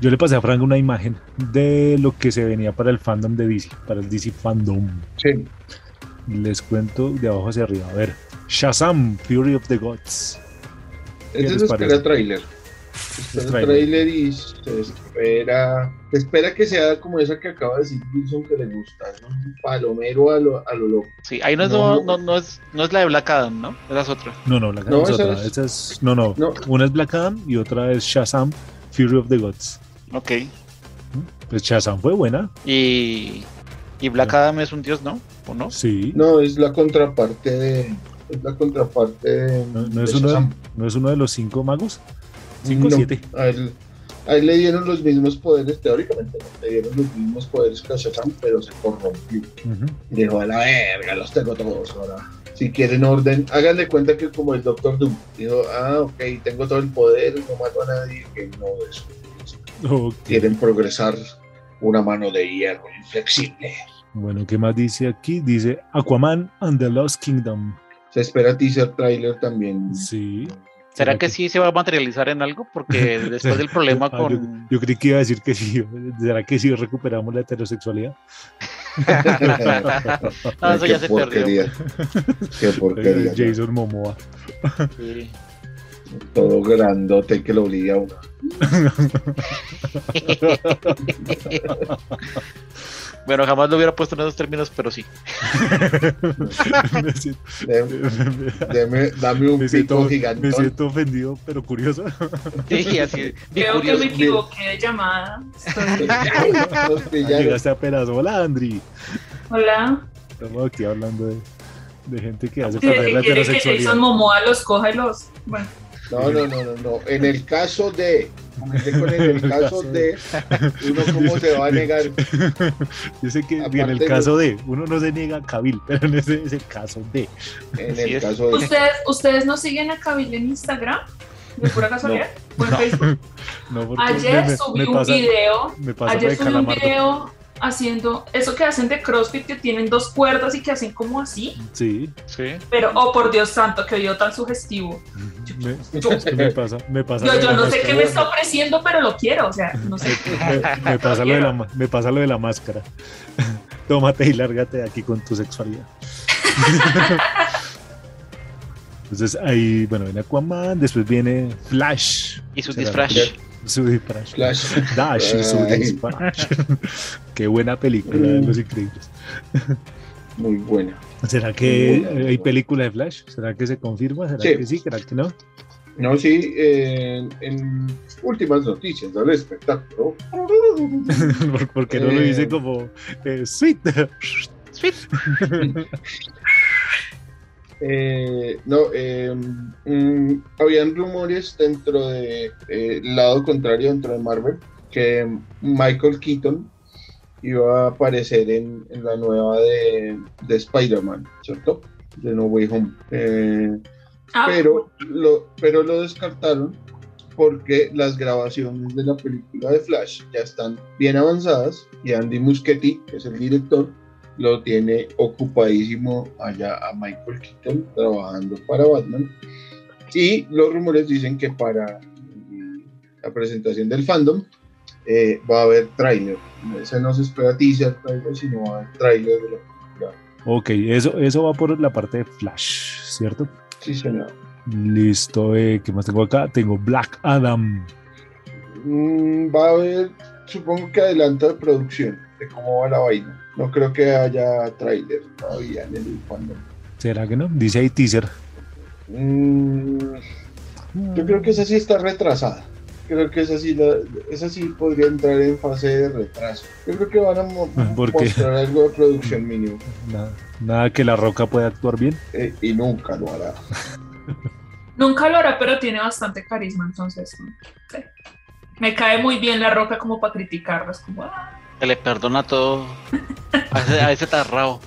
Speaker 1: Yo le pasé a Frank una imagen de lo que se venía para el fandom de DC, para el DC fandom.
Speaker 2: sí.
Speaker 1: Les cuento de abajo hacia arriba. A ver, Shazam, Fury of the Gods.
Speaker 2: Este
Speaker 1: les
Speaker 2: nos espera
Speaker 1: parece?
Speaker 2: tráiler. Espera
Speaker 1: Tráiler.
Speaker 2: tráiler y se espera. se espera que sea como esa que acaba de decir Wilson que le gusta, ¿no? Un Palomero a lo, a lo loco.
Speaker 3: Sí, ahí no es,
Speaker 2: No.
Speaker 3: no, no, no es, no es la de Black Adam, ¿no? Esa es otra.
Speaker 1: No, no, Black Adam
Speaker 2: No,
Speaker 1: es
Speaker 2: esa
Speaker 1: otra.
Speaker 2: es-
Speaker 1: Esa es- no, no,
Speaker 2: No.
Speaker 1: Una es Black Adam y otra es Shazam, Fury of the Gods.
Speaker 3: Ok.
Speaker 1: Pues Shazam fue buena,
Speaker 3: Y, y Black Adam es un dios, ¿no? ¿O no?
Speaker 1: sí. No,
Speaker 2: No, es la contraparte de. Es la contraparte de.
Speaker 1: no es,
Speaker 2: de
Speaker 1: uno de,
Speaker 2: Shazam.
Speaker 1: no es uno de los cinco magos. Cinco o
Speaker 2: No.
Speaker 1: siete.
Speaker 2: A él, a él le dieron los mismos poderes, teóricamente no, le dieron los mismos poderes que a Shazam, pero se corrompió.
Speaker 1: Ujú.
Speaker 2: Dijo, a la verga, los tengo todos ahora. Si quieren orden, háganle cuenta que como el Doctor Doom. Dijo, ah, ok, tengo todo el poder, no mato a nadie, que no eso.
Speaker 1: Ok.
Speaker 2: Quieren progresar una mano de hierro inflexible.
Speaker 1: Bueno, ¿qué más dice aquí? Dice Aquaman and the Lost Kingdom.
Speaker 2: Se espera teaser trailer también.
Speaker 1: Sí.
Speaker 3: ¿Será que sí se va a materializar en algo? (laughs) Porque después del problema
Speaker 1: Ah,
Speaker 3: con...
Speaker 1: Yo creí que iba a decir que sí. (laughs) ¿Será que sí recuperamos la heterosexualidad?
Speaker 3: (laughs) No, Ah, eso
Speaker 2: Ay, qué
Speaker 3: ya se perdió.
Speaker 1: (laughs)
Speaker 2: porquería. Qué porquería.
Speaker 1: Eh, Jason
Speaker 4: (laughs)
Speaker 1: Momoa. (laughs)
Speaker 3: Sí.
Speaker 2: Todo grandote que lo obliga a uno.
Speaker 3: Bueno, jamás lo hubiera puesto en esos términos, pero sí.
Speaker 1: me siento,
Speaker 2: Dem- deme- dame un
Speaker 1: me
Speaker 2: pico
Speaker 1: siento- me
Speaker 2: (laughs) gigantón.
Speaker 1: siento ofendido, pero curioso. (laughs)
Speaker 3: Sí, así. ni
Speaker 4: Creo que
Speaker 3: curioso.
Speaker 4: me equivoqué de llamada. Estoy-
Speaker 2: Nos
Speaker 1: (laughs)
Speaker 2: pillaron.
Speaker 1: Llegaste apenas. Hola, Andri.
Speaker 4: Hola.
Speaker 1: Estamos aquí hablando de, de gente que hace
Speaker 4: Sí,
Speaker 1: perder la
Speaker 4: que quiere que
Speaker 1: heterosexualidad. (laughs)
Speaker 4: Jason Momoa los coja y los. Bueno,
Speaker 2: No, no, no, no, no. En el caso de. comencé con el,
Speaker 1: (laughs)
Speaker 2: el caso de. Uno cómo se va a negar.
Speaker 1: Dice que en el
Speaker 2: Aparte de-
Speaker 1: caso de, uno no se niega a Cabil, pero en ese es el caso de.
Speaker 2: En
Speaker 3: Así
Speaker 2: el
Speaker 3: es.
Speaker 2: caso de.
Speaker 4: ¿Ustedes, ¿Ustedes no siguen a Kabil en Instagram? ¿De
Speaker 1: (laughs)
Speaker 4: pura casualidad? ¿O en Facebook?
Speaker 1: No, porque
Speaker 4: Ayer
Speaker 1: me- me,
Speaker 4: subí
Speaker 1: me pasa,
Speaker 4: un video.
Speaker 1: me pasa
Speaker 4: Ayer
Speaker 1: lo de
Speaker 4: subí un
Speaker 1: Calamardo.
Speaker 4: video haciendo eso que hacen de CrossFit, que tienen dos cuerdas y que hacen como así.
Speaker 1: Sí.
Speaker 3: Sí.
Speaker 4: Pero, oh por Dios santo, que video tan sugestivo.
Speaker 1: Me, es que me pasa, me pasa.
Speaker 4: Yo,
Speaker 1: lo de
Speaker 4: yo
Speaker 1: la
Speaker 4: (laughs) no sé
Speaker 1: máscara.
Speaker 4: qué me está ofreciendo, pero lo quiero. O sea, (laughs) no sé.
Speaker 1: Me,
Speaker 4: (laughs)
Speaker 1: me pasa lo de la, ma- me pasa lo de la máscara. (laughs) Tómate y lárgate de aquí con tu
Speaker 4: (laughs)
Speaker 1: sexualidad. Entonces ahí, bueno, viene Aquaman, después viene Flash.
Speaker 3: Y su
Speaker 1: Será
Speaker 3: disfraz.
Speaker 1: Su disfraz.
Speaker 2: Flash.
Speaker 1: Dash y su
Speaker 2: Ay.
Speaker 1: disfraz. (laughs) Qué buena película de Los Increíbles.
Speaker 2: Muy buena.
Speaker 1: ¿Será que hay película de Flash? ¿Será que se confirma? ¿Será
Speaker 2: Sí.
Speaker 1: que sí? ¿Será que no? (laughs)
Speaker 2: No, sí, eh, en, en últimas noticias del espectáculo.
Speaker 1: Por- Porque no lo
Speaker 2: Eh.
Speaker 1: dice como eh, sweet.
Speaker 3: Sweet.
Speaker 2: Eh, no, eh, mm, habían rumores dentro de eh, lado contrario dentro de Marvel que Michael Keaton iba a aparecer en, en la nueva de, de Spider-Man, ¿cierto? De No Way Home. Eh,
Speaker 4: Ah,
Speaker 2: pero, lo, pero lo descartaron porque las grabaciones de la película de Flash ya están bien avanzadas y Andy Muschietti, que es el director, lo tiene ocupadísimo allá a Michael Keaton trabajando para Batman. Y los rumores dicen que para mm, la presentación del fandom eh, va a haber tráiler. Ese no se espera teaser, tráiler, sino va a haber tráiler de la película.
Speaker 1: Ok, eso, eso va por la parte de Flash, ¿cierto?
Speaker 2: Sí, señor.
Speaker 1: Listo, eh, ¿qué más tengo acá? Tengo Black Adam.
Speaker 2: Mm, va a haber, supongo que adelanto de producción, de cómo va la vaina. No creo que haya tráiler todavía en el fandom.
Speaker 1: ¿Será que no? Dice ahí teaser.
Speaker 2: Mm, yo creo que esa sí está retrasada. Creo que esa sí, la- esa sí podría entrar en fase de retraso. Yo creo que van a mo-
Speaker 1: ¿Por qué?
Speaker 2: mostrar algo de producción mínimo.
Speaker 1: Nada, nada que la roca pueda actuar bien.
Speaker 2: eh, y nunca lo hará.
Speaker 4: Nunca lo hará, pero tiene bastante carisma, entonces. no sé. Me cae muy bien la roca como para criticarlas. Como, ah,
Speaker 3: Se le perdona todo. A ese, a ese tarrao.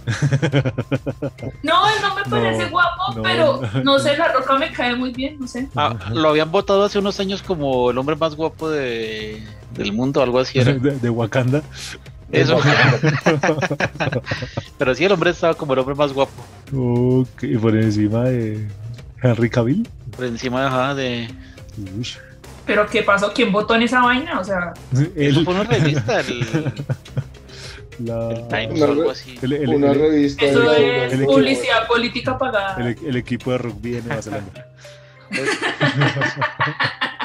Speaker 4: no, él no me parece guapo,
Speaker 1: no. (laughs)
Speaker 4: pero no sé, la roca me cae muy bien, no sé.
Speaker 3: Ah, lo habían votado hace unos años como el hombre más guapo de, del mundo, algo así
Speaker 1: (laughs)
Speaker 3: era.
Speaker 1: De, de Wakanda.
Speaker 3: Eso. Pero sí, el hombre estaba como el hombre más guapo.
Speaker 1: Ok, por encima de Henry Cavill.
Speaker 3: Por encima ajá, de.
Speaker 1: Uy.
Speaker 4: Pero ¿qué pasó? ¿Quién votó en esa vaina? O sea,
Speaker 3: Eso
Speaker 1: El,
Speaker 3: fue una revista, el,
Speaker 1: la- (laughs)
Speaker 3: el Times
Speaker 2: Una
Speaker 3: o algo
Speaker 2: re-
Speaker 3: así.
Speaker 1: (laughs) el- el-
Speaker 2: Una
Speaker 1: el-
Speaker 2: revista. de-
Speaker 4: eso es
Speaker 1: el equipo-
Speaker 4: publicidad política pagada.
Speaker 1: el- el equipo de rugby de Nueva
Speaker 3: (laughs)
Speaker 1: Zelanda. (laughs)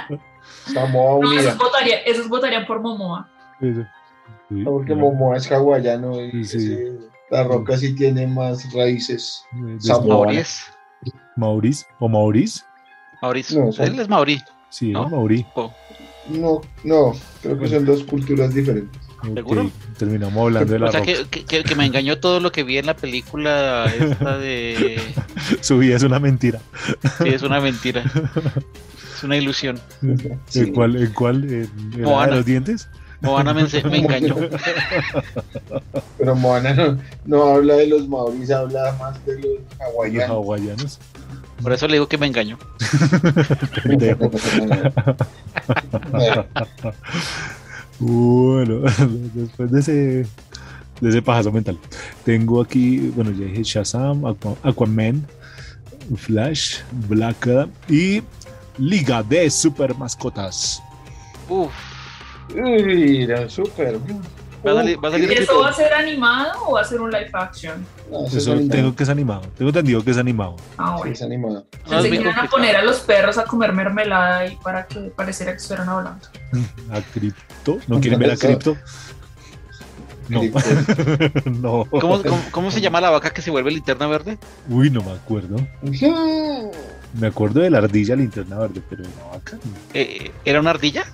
Speaker 2: Samoa
Speaker 4: no,
Speaker 2: Unida.
Speaker 4: esos votarían, esos votarían por Momoa.
Speaker 1: Eso. Sí,
Speaker 2: Porque
Speaker 1: no,
Speaker 2: Momoa es hawaiano y
Speaker 1: Sí.
Speaker 2: ese- la roca sí tiene más raíces.
Speaker 1: de- de-
Speaker 2: Samoa.
Speaker 3: Maurice.
Speaker 1: Maurice o Maurice.
Speaker 3: Maurice.
Speaker 2: No, son-
Speaker 3: Él es Mauri.
Speaker 1: Sí,
Speaker 3: No.
Speaker 1: es Maurice.
Speaker 2: No, no, creo que son dos culturas diferentes.
Speaker 1: Ok,
Speaker 3: ¿Seguro?
Speaker 1: Terminamos hablando de la
Speaker 3: O sea
Speaker 1: roca.
Speaker 3: que, que- que me engañó todo lo que vi en la película esta
Speaker 1: (laughs)
Speaker 3: de
Speaker 1: Su vida es una mentira.
Speaker 3: Sí, es una mentira. Es una ilusión.
Speaker 2: Sí.
Speaker 1: ¿En cuál? ¿En cuál? ¿En, en la de
Speaker 3: Moana.
Speaker 1: los dientes?
Speaker 3: Moana me, ense- me
Speaker 1: (laughs)
Speaker 3: engañó.
Speaker 2: Pero Moana no, no habla de los maoris, habla más de los
Speaker 1: Los
Speaker 2: hawaianos.
Speaker 1: hawaianos.
Speaker 3: Por eso le digo que me engañó.
Speaker 1: Pendejo.
Speaker 2: Bueno,
Speaker 1: Bueno, (laughs) después de ese, de ese pajazo mental, tengo aquí, bueno, ya dije Shazam, Aqua- Aquaman, Flash, Black Adam y Liga de Super Mascotas.
Speaker 3: Uf.
Speaker 2: uy, era súper.
Speaker 3: Va a salir, va a salir
Speaker 4: ¿Y eso
Speaker 3: tipo-
Speaker 4: va a ser animado o va a ser un live action?
Speaker 2: No, eso es
Speaker 1: Eso
Speaker 2: animado.
Speaker 1: tengo que es animado, tengo entendido que es animado.
Speaker 4: Ah,
Speaker 2: Sí,
Speaker 4: bueno.
Speaker 2: es animado.
Speaker 3: no, es
Speaker 4: Pensé que
Speaker 3: muy
Speaker 4: iban a
Speaker 3: complicado.
Speaker 4: poner a los perros a comer mermelada ahí para que pareciera que estuvieran hablando.
Speaker 1: A Crypto, ¿no quieren ver a
Speaker 2: Eso.
Speaker 1: Crypto? No,
Speaker 2: Sí,
Speaker 1: (laughs) no,
Speaker 3: ¿Cómo, cómo, cómo se llama la vaca que se vuelve linterna verde?
Speaker 1: uy, no me acuerdo.
Speaker 2: pues.
Speaker 1: Me acuerdo de la ardilla linterna verde, pero de la vaca. no.
Speaker 3: Eh, ¿Era una ardilla?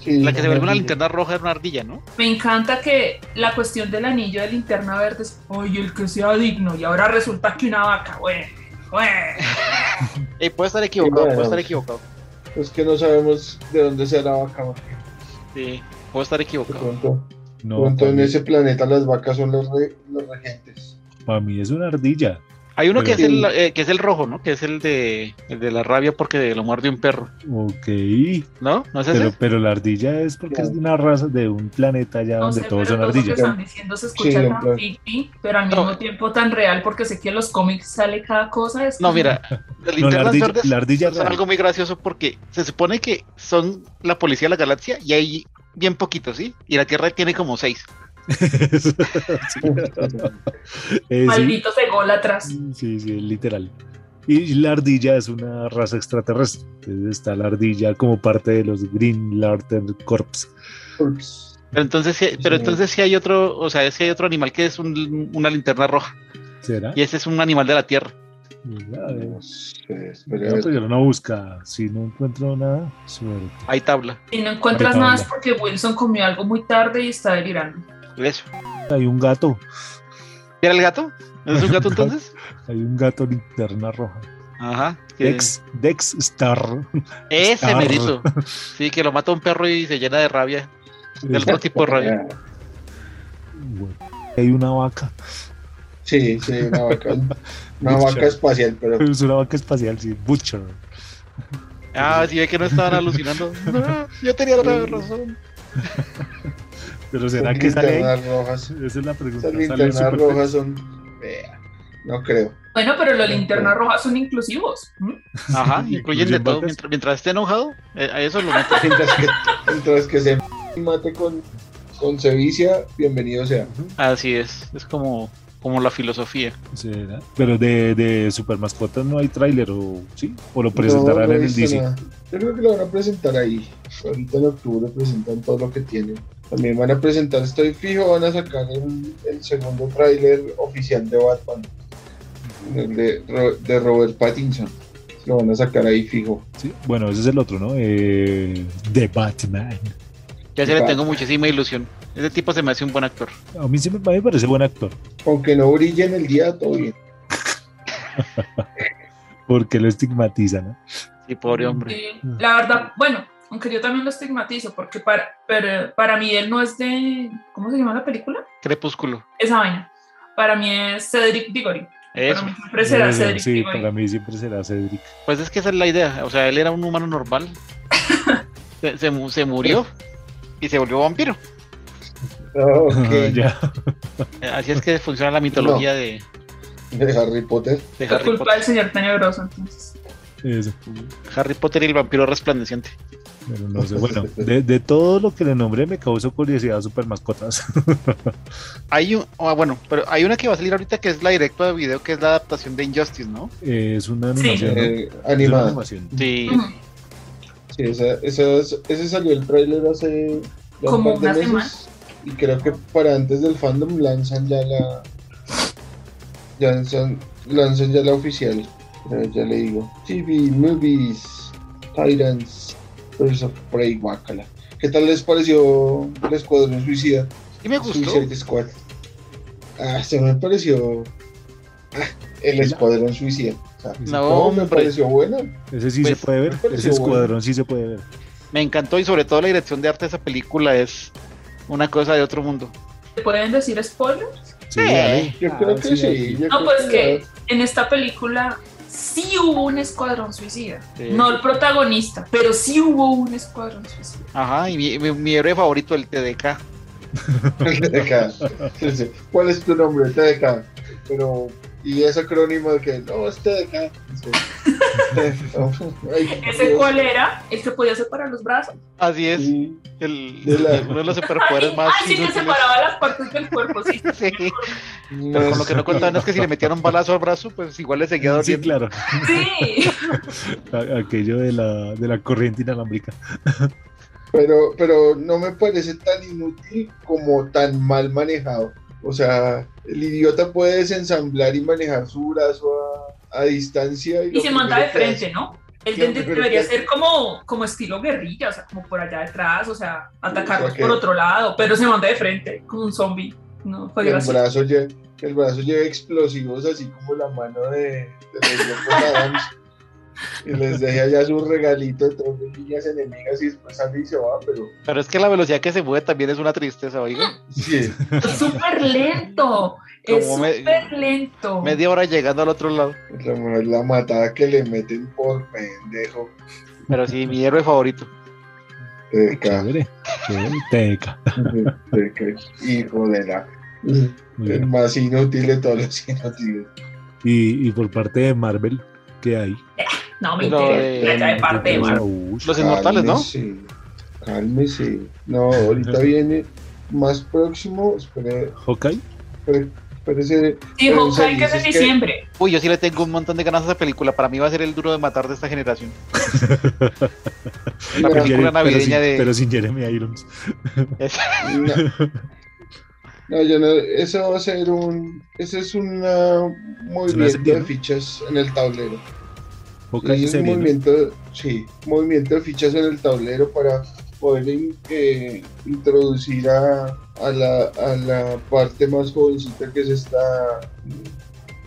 Speaker 2: Sí,
Speaker 3: La que se vuelve una
Speaker 2: sí.
Speaker 3: linterna roja era una ardilla, ¿no?
Speaker 4: Me encanta que la cuestión del anillo de linterna verde es, oye, el que sea digno, y ahora resulta que una vaca, güey. güey".
Speaker 1: Ah,
Speaker 3: Eh, puede estar equivocado,
Speaker 2: bueno.
Speaker 3: puede estar equivocado.
Speaker 2: Es que no sabemos de dónde sea la vaca. man.
Speaker 3: Sí, puede estar
Speaker 2: De
Speaker 3: equivocado.
Speaker 2: pronto,
Speaker 1: No,
Speaker 2: pronto
Speaker 1: para
Speaker 2: en
Speaker 1: mí- (laughs)
Speaker 2: ese planeta las vacas son los, re- los regentes.
Speaker 1: para mí es una ardilla.
Speaker 3: Hay uno que es,
Speaker 1: Pero-
Speaker 3: el, eh, que es el rojo, ¿no? Que es el de, el de la rabia porque lo muerde un perro,
Speaker 1: Ok.
Speaker 3: ¿no? ¿No es ese?
Speaker 1: Pero, pero la ardilla es porque es de una raza, de un planeta allá
Speaker 4: No
Speaker 1: donde
Speaker 4: sé, pero
Speaker 1: todos son
Speaker 4: todo lo que
Speaker 1: ardillas.
Speaker 4: están diciendo se escucha
Speaker 2: Sí, en
Speaker 4: tan
Speaker 2: plan.
Speaker 4: ficti, pero al
Speaker 3: No.
Speaker 4: mismo tiempo tan real, porque sé que en los cómics sale cada cosa. es
Speaker 3: No,
Speaker 4: como-
Speaker 3: mira,
Speaker 1: (laughs)
Speaker 3: las
Speaker 1: No, la
Speaker 3: linternas
Speaker 1: ardilla,
Speaker 3: verdes
Speaker 1: la ardilla
Speaker 3: son
Speaker 1: real.
Speaker 3: algo muy gracioso porque se supone que son la policía de la galaxia y hay bien poquitos, ¿sí? Y la Tierra tiene como seis.
Speaker 1: Sí.
Speaker 4: (laughs)
Speaker 1: Eh, (laughs) sí,
Speaker 4: Malditos ególatras.
Speaker 1: sí, sí, literal. Y la ardilla es una raza extraterrestre. Entonces está la ardilla como parte de los Green Lantern Corps.
Speaker 2: Ups.
Speaker 3: Pero entonces, sí- pero
Speaker 2: Sí.
Speaker 3: entonces sí hay otro, o sea, sí hay otro animal que es un- una linterna roja
Speaker 1: ¿Será?
Speaker 3: y ese es un animal de la Tierra.
Speaker 1: Mira, eh,
Speaker 2: No sé, espera, a
Speaker 1: no,
Speaker 2: ver.
Speaker 1: pues yo no busca. Si no encuentro nada, suerte.
Speaker 3: Hay tabla,
Speaker 4: Si no encuentras
Speaker 1: Ahorita
Speaker 4: nada es
Speaker 1: hablo.
Speaker 4: porque Wilson comió algo muy tarde y está delirando.
Speaker 3: eso.
Speaker 1: Hay un gato.
Speaker 3: ¿Era el gato? ¿No es un gato entonces?
Speaker 1: Hay un gato linterna roja.
Speaker 3: Ajá. que-
Speaker 1: Dex, Dex Star.
Speaker 3: Ese
Speaker 1: Star.
Speaker 3: merito. Sí, que lo mata un perro y se llena de rabia, de otro tipo
Speaker 2: (laughs)
Speaker 3: de rabia.
Speaker 1: Bueno, hay una vaca.
Speaker 2: Sí, sí,
Speaker 1: (laughs)
Speaker 2: una vaca, una vaca espacial, pero
Speaker 1: Es una vaca espacial, sí. Butcher.
Speaker 3: Ah, sí, ve que no estaban alucinando. No, yo tenía la razón.
Speaker 1: Pero ¿será que sale ahí?
Speaker 2: linternas rojas.
Speaker 1: Esa es la pregunta.
Speaker 2: Esas
Speaker 1: ¿Sale
Speaker 2: linternas
Speaker 1: Superman?
Speaker 2: rojas son. Vea, no creo. (laughs)
Speaker 4: Bueno, pero los linternas rojas son inclusivos. ¿m?
Speaker 3: Ajá,
Speaker 1: Sí,
Speaker 3: incluyen de
Speaker 1: incluyen
Speaker 3: todo.
Speaker 1: vacas.
Speaker 3: Mientras, mientras esté enojado, eh, a eso lo meten.
Speaker 2: Mientras que, mientras que se (laughs) mate con, con Sevicia, bienvenido sea.
Speaker 3: Así es, es como, como la filosofía.
Speaker 1: ¿Será? Pero de, de Super Mascotas no hay tráiler o sí, o lo presentarán
Speaker 2: No, no he
Speaker 1: en el
Speaker 2: visto
Speaker 1: DC.
Speaker 2: nada. Yo creo que lo van a presentar ahí. Ahorita en octubre presentan todo lo que tienen. También van a presentar, estoy fijo, van a sacar el, el segundo tráiler oficial de Batman. el de, Ro- de Robert Pattinson. Lo van a sacar ahí fijo.
Speaker 1: ¿sí? Bueno, ese es el otro, ¿no? Eh, The Batman.
Speaker 3: Ya se le
Speaker 2: Va.
Speaker 3: tengo muchísima ilusión. Ese tipo se me hace un buen actor.
Speaker 1: A mí sí me, a mí me parece buen actor,
Speaker 2: Aunque no brille en el día, todo bien.
Speaker 1: porque lo estigmatizan, ¿no?
Speaker 3: Sí, pobre hombre.
Speaker 4: Y la verdad, bueno, aunque yo también lo estigmatizo, porque para, pero para mí él no es de. ¿Cómo se llama la película?
Speaker 3: Crepúsculo.
Speaker 4: Esa vaina. Para mí es Cedric Diggory. Para
Speaker 3: Eso.
Speaker 4: mí siempre será
Speaker 1: Eso,
Speaker 4: Cedric
Speaker 1: sí,
Speaker 4: Diggory.
Speaker 1: para mí siempre será Cedric.
Speaker 3: Pues es que esa es la idea. O sea, él era un humano normal. se, se mu- se murió y se volvió vampiro.
Speaker 2: (laughs) Ah,
Speaker 1: (laughs)
Speaker 2: ok.
Speaker 1: ya.
Speaker 3: Eh, Así es que funciona la mitología de,
Speaker 2: De Harry Potter.
Speaker 3: de
Speaker 4: Por
Speaker 3: Harry
Speaker 4: culpa
Speaker 3: Potter.
Speaker 4: del señor tenebroso, entonces.
Speaker 1: Eso.
Speaker 3: Harry Potter y el vampiro resplandeciente.
Speaker 1: Pero no sé. Bueno, de, de todo lo que le nombré me causó curiosidad Super Mascotas.
Speaker 3: Hay un, ah, bueno, pero hay una que va a salir ahorita que es la directa de video, que es la adaptación de Injustice, ¿no?
Speaker 1: es una
Speaker 4: Sí.
Speaker 1: animación. ¿no?
Speaker 2: Eh,
Speaker 1: Es una
Speaker 2: animada.
Speaker 1: animación.
Speaker 3: Sí.
Speaker 4: Ujú.
Speaker 2: Sí, esa, esas- ese salió el tráiler hace ya
Speaker 4: Como
Speaker 2: un par de
Speaker 4: una
Speaker 2: meses. Y creo que para antes del fandom lanzan ya la. ya Lanzan, lanzan ya la oficial. Pero ya le digo. TV, movies, Titans, Birds of Prey, Guacala. ¿Qué tal les pareció el Escuadrón Suicida?
Speaker 3: Y me gustó.
Speaker 2: Suicide Squad. Ah, se me pareció. ah, el Escuadrón Suicida. O sea,
Speaker 1: Ese-
Speaker 3: No,
Speaker 2: no, me
Speaker 3: hombre.
Speaker 2: pareció bueno.
Speaker 1: Ese sí
Speaker 3: Pues,
Speaker 1: se puede ver.
Speaker 2: me
Speaker 1: Ese
Speaker 2: pareció
Speaker 1: escuadrón sí se puede ver.
Speaker 3: Me encantó y sobre todo la dirección de arte de esa película es una cosa de otro mundo.
Speaker 4: ¿Te ¿Pueden decir spoiler?
Speaker 1: Sí,
Speaker 3: Eh,
Speaker 1: dale.
Speaker 2: Yo
Speaker 1: Ah,
Speaker 2: creo que sí.
Speaker 1: dale.
Speaker 2: yo
Speaker 4: No,
Speaker 2: creo
Speaker 4: pues que
Speaker 2: ya- (laughs)
Speaker 4: en esta película sí hubo un escuadrón suicida.
Speaker 3: Sí.
Speaker 4: No el protagonista, pero sí hubo un escuadrón suicida.
Speaker 3: Ajá, y mi, mi- mi héroe favorito, el TDK.
Speaker 2: TDK. Sí, sí. ¿Cuál es tu nombre? TDK. Pero, y ese acrónimo de que no es TDK.
Speaker 4: (laughs)
Speaker 2: Sí. (laughs) pues, Ay,
Speaker 4: ¿Ese
Speaker 2: Dios.
Speaker 4: cuál era? El que podía separar los brazos.
Speaker 3: Así es,
Speaker 2: Sí.
Speaker 3: el,
Speaker 2: de la-
Speaker 3: uno de los superpoderes
Speaker 4: Ay,
Speaker 3: más
Speaker 4: ay, Ah, sí que
Speaker 3: inútiles.
Speaker 4: separaba las partes del cuerpo,
Speaker 3: (laughs)
Speaker 4: sí.
Speaker 3: Sí, pero
Speaker 2: No
Speaker 3: con lo que no
Speaker 2: sé.
Speaker 3: contaban es que si le metieron un balazo al brazo, pues igual le seguía
Speaker 1: Sí,
Speaker 3: doliendo.
Speaker 1: claro.
Speaker 4: Sí.
Speaker 1: A- Aquello de la, de la corriente inalámbrica.
Speaker 2: Pero, pero no me parece tan inútil como tan mal manejado. O sea, el idiota puede desensamblar y manejar su brazo a, a distancia. Y,
Speaker 4: Y
Speaker 2: lo
Speaker 4: se manda de
Speaker 2: primero que hace-
Speaker 4: frente, ¿no? El
Speaker 2: Lo
Speaker 4: dente
Speaker 2: primero
Speaker 4: debería
Speaker 2: que-
Speaker 4: ser como, como estilo guerrilla, o sea, como por allá detrás, o sea, atacarlos
Speaker 2: que-
Speaker 4: por otro lado, pero se manda de frente, como un zombie. No, fue
Speaker 2: que el
Speaker 4: gracioso.
Speaker 2: brazo lleve, que el brazo lleve explosivos así como la mano de, de los locos Adams. Y les dejé allá su regalito de todas mis niñas enemigas y después sale y se va, pero
Speaker 3: Pero es que la velocidad que se mueve también es una tristeza, oiga.
Speaker 2: sí,
Speaker 4: Es súper lento. Es
Speaker 3: Como me-
Speaker 4: súper lento.
Speaker 3: Media hora llegando al otro lado.
Speaker 2: la mujer la matada que le meten por pendejo.
Speaker 3: Pero sí, mi héroe favorito.
Speaker 2: Teca,
Speaker 1: Chévere, chévere, teca.
Speaker 2: teca, Este, hijo de la.
Speaker 1: Muy
Speaker 2: El
Speaker 1: bien.
Speaker 2: más inútil de todos los inútiles.
Speaker 1: Y, y por parte de Marvel, ¿qué hay?
Speaker 4: No me
Speaker 3: Lo de-
Speaker 4: interesa. Ya de parte de
Speaker 1: Uy,
Speaker 4: Marvel.
Speaker 3: Los inmortales, ¿no?
Speaker 2: Cálmese, Cálmese. No, ahorita viene más próximo. Espere,
Speaker 1: Hawkeye.
Speaker 2: espere, espérese.
Speaker 4: Sí,
Speaker 2: Pero
Speaker 4: Hawkeye, que es en
Speaker 2: dices que-
Speaker 3: (laughs)
Speaker 4: diciembre.
Speaker 3: Uy, yo sí le tengo un montón de ganas a esa película. Para mí va a ser el duro de matar de esta generación.
Speaker 1: Pero
Speaker 3: La
Speaker 2: Una-
Speaker 1: Jeremy- pero sin-
Speaker 3: película navideña de-
Speaker 1: pero sin Jeremy Irons.
Speaker 3: Es-
Speaker 2: una- No, yo no, eso va a ser un. Ese es una- un movimiento de
Speaker 1: septiembre.
Speaker 2: fichas en el tablero.
Speaker 1: Hawkeye
Speaker 2: es un
Speaker 1: serie, ¿no?
Speaker 2: movimiento, sí, movimiento de fichas en el tablero para poder in- eh, introducir a, a la, a la parte más jovencita que es esta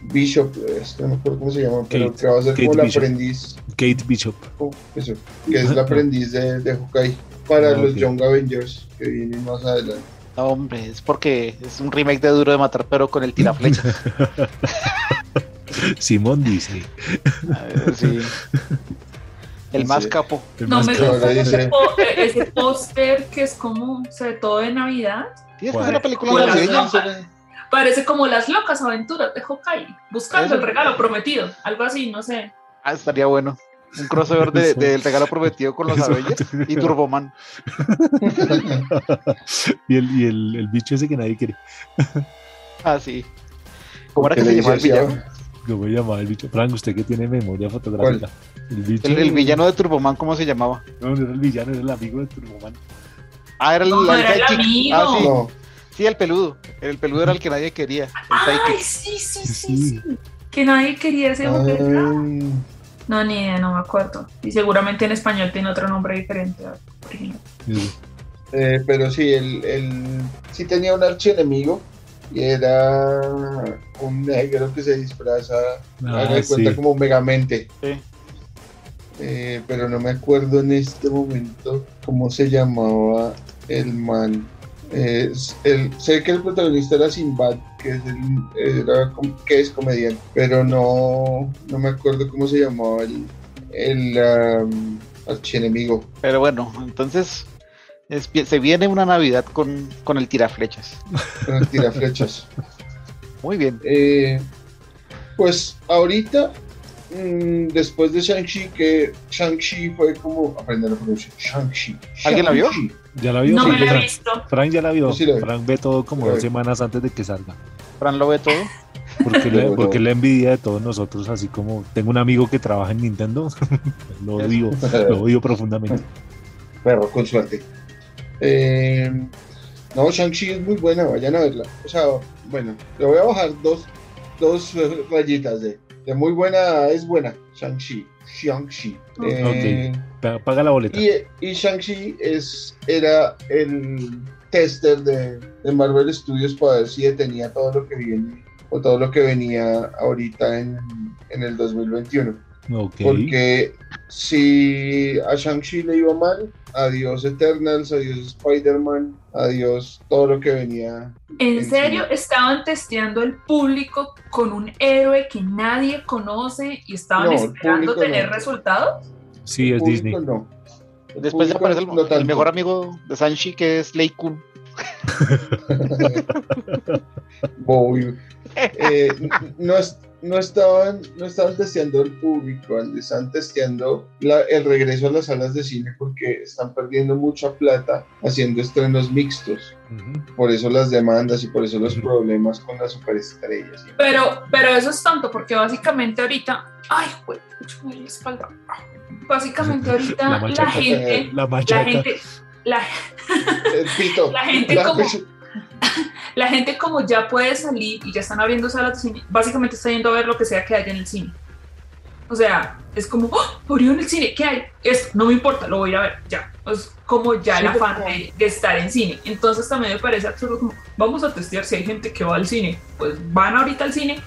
Speaker 2: Bishop, este, no me acuerdo cómo se llama, pero
Speaker 1: Kate,
Speaker 2: que va a ser
Speaker 1: Kate
Speaker 2: como la
Speaker 1: Bishop.
Speaker 2: aprendiz,
Speaker 1: Kate Bishop.
Speaker 2: oh, eso, que es la aprendiz de, de Hawkeye para
Speaker 1: Ah,
Speaker 2: los
Speaker 1: ok.
Speaker 2: Young Avengers que vienen más adelante.
Speaker 3: No, hombre, es porque es un remake de Duro de Matar, pero con el tiraflechas.
Speaker 1: (laughs) Simón dice.
Speaker 3: A ver, Ah, sí. El más
Speaker 2: Sí.
Speaker 3: capo.
Speaker 1: el
Speaker 4: No
Speaker 1: más
Speaker 4: me
Speaker 1: caro.
Speaker 2: Ahora
Speaker 4: gusta ese
Speaker 2: dice-
Speaker 4: po- eh, ese póster que es como, sobre todo de Navidad.
Speaker 3: Sí, es que es
Speaker 1: ¿Cuál?
Speaker 3: una película
Speaker 4: Hola,
Speaker 3: navideña.
Speaker 4: Parece como las locas aventuras de Hawkeye, buscando
Speaker 3: Eso.
Speaker 4: el regalo prometido, algo así, no sé.
Speaker 3: Ah, estaría bueno. Un crossover de-
Speaker 1: Eso.
Speaker 3: del regalo prometido con los
Speaker 1: Eso.
Speaker 3: Avengers y Turboman.
Speaker 1: (laughs) Y, el, y el, el bicho ese que nadie quiere.
Speaker 3: Ah, sí. ¿Cómo era que
Speaker 2: ¿Qué
Speaker 3: se
Speaker 2: le
Speaker 3: llamaba el
Speaker 2: dice
Speaker 3: villano?
Speaker 2: así
Speaker 1: ¿Cómo se llamaba el bicho? Frank, usted que tiene memoria fotográfica. El bicho.
Speaker 3: El, el villano de Turboman, ¿cómo se llamaba?
Speaker 1: No, no era el villano, era el amigo de Turboman.
Speaker 3: Ah, era el,
Speaker 4: No,
Speaker 3: la-
Speaker 4: era el
Speaker 3: sidekick.
Speaker 4: amigo.
Speaker 3: Ah,
Speaker 2: a-
Speaker 3: sí.
Speaker 2: No,
Speaker 3: Sí, el peludo. El peludo era el que nadie quería. El
Speaker 4: Ay,
Speaker 3: sidekick.
Speaker 4: sí, sí,
Speaker 1: Sí.
Speaker 4: sí, sí. Que nadie quería ese juguete.
Speaker 2: ay,
Speaker 4: No, ni idea, no me acuerdo. Y seguramente en español tiene otro nombre diferente. al original.
Speaker 2: eh, pero sí, él, él sí tenía un archienemigo y era un negro que se disfraza,
Speaker 1: Ah,
Speaker 2: haga de
Speaker 1: sí.
Speaker 2: cuenta como Megamente.
Speaker 3: Sí.
Speaker 2: Eh, pero no me acuerdo en este momento cómo se llamaba el man. Eh, s- el- sé que el protagonista era Sinbad, que es, el- era com- que es comediante, pero no, no me acuerdo cómo se llamaba el, el am, archienemigo.
Speaker 3: Pero bueno, entonces es- se viene una Navidad con, con el tiraflechas.
Speaker 2: con el tiraflechas.
Speaker 3: Muy bien.
Speaker 2: Eh, pues ahorita, mm, después de Shang-Chi, que Shang-Chi fue como aprender a pronunciar Shang-Chi.
Speaker 3: ¿Alguien la vio?
Speaker 2: Shang-Chi.
Speaker 1: Ya la vio.
Speaker 4: No
Speaker 1: sí,
Speaker 4: me lo he
Speaker 1: Frank.
Speaker 4: visto.
Speaker 1: Frank ya la vio.
Speaker 2: Yo sí la vi.
Speaker 1: Frank ve todo como
Speaker 2: La
Speaker 1: dos
Speaker 2: vi.
Speaker 1: semanas antes de que salga.
Speaker 3: Fran lo ve todo.
Speaker 2: (laughs)
Speaker 1: Porque,
Speaker 2: Luego,
Speaker 1: la,
Speaker 2: luego.
Speaker 1: porque la envidia de todos nosotros, así como tengo un amigo que trabaja en Nintendo, (laughs) lo
Speaker 3: Eso.
Speaker 1: odio, lo odio profundamente.
Speaker 2: (laughs) Perro, con suerte. Eh, no, Shang-Chi es muy buena, vayan a verla. O sea, bueno, le voy a bajar dos, dos eh, rayitas de, de muy buena a es buena. Shang-Chi. Shang-Chi. Eh,
Speaker 1: Pa- Paga la boleta.
Speaker 2: Y, y Shang-Chi es- era el tester de, de Marvel Studios para ver si detenía todo lo que viene o todo lo que venía ahorita en, en el 2021.
Speaker 1: Ok.
Speaker 2: Porque si a Shang-Chi le iba mal, adiós Eternals, adiós Spider-Man, adiós todo lo que venía.
Speaker 4: ¿En
Speaker 2: Sí.
Speaker 4: serio? Estaban testeando al público con un héroe que nadie conoce y estaban
Speaker 2: No, el
Speaker 4: esperando
Speaker 2: público
Speaker 4: tener
Speaker 2: no.
Speaker 4: resultados.
Speaker 1: Sí,
Speaker 2: El
Speaker 1: es Disney.
Speaker 2: público no. El
Speaker 3: Después ya
Speaker 2: público
Speaker 3: aparece el,
Speaker 2: no
Speaker 3: el
Speaker 2: tanto.
Speaker 3: mejor amigo de Sanchi, que es Lei Kun.
Speaker 2: Bowie. Eh, n- no, es- no estaban, no estaban testeando el público, están testeando la- el regreso a las salas de cine porque están perdiendo mucha plata haciendo estrenos mixtos.
Speaker 1: Ujú.
Speaker 2: Por eso las demandas y por eso los
Speaker 1: Ujú.
Speaker 2: problemas con las superestrellas.
Speaker 4: Pero, pero eso es tanto porque básicamente ahorita. Ay, güey, pucha, me duele la espalda. Básicamente ahorita
Speaker 1: La
Speaker 4: la,
Speaker 1: machaca.
Speaker 2: Eh,
Speaker 4: gente.
Speaker 1: La
Speaker 4: La
Speaker 1: machaca.
Speaker 4: gente. La,
Speaker 2: El Eh, pito.
Speaker 4: La gente como-
Speaker 2: pito.
Speaker 4: la gente como ya puede salir y ya están abriendo salas de cine, básicamente está yendo a ver lo que sea que haya en el cine. O sea, es como, ¡Oh! abrió en el cine, ¿qué hay? Esto, no me importa, lo voy a ir a ver, ya. Es como ya
Speaker 2: Sí,
Speaker 4: el
Speaker 2: pero
Speaker 4: afán de, de estar en cine. Entonces también me parece absurdo como, vamos a testear si hay gente que va al cine. Pues van ahorita al cine,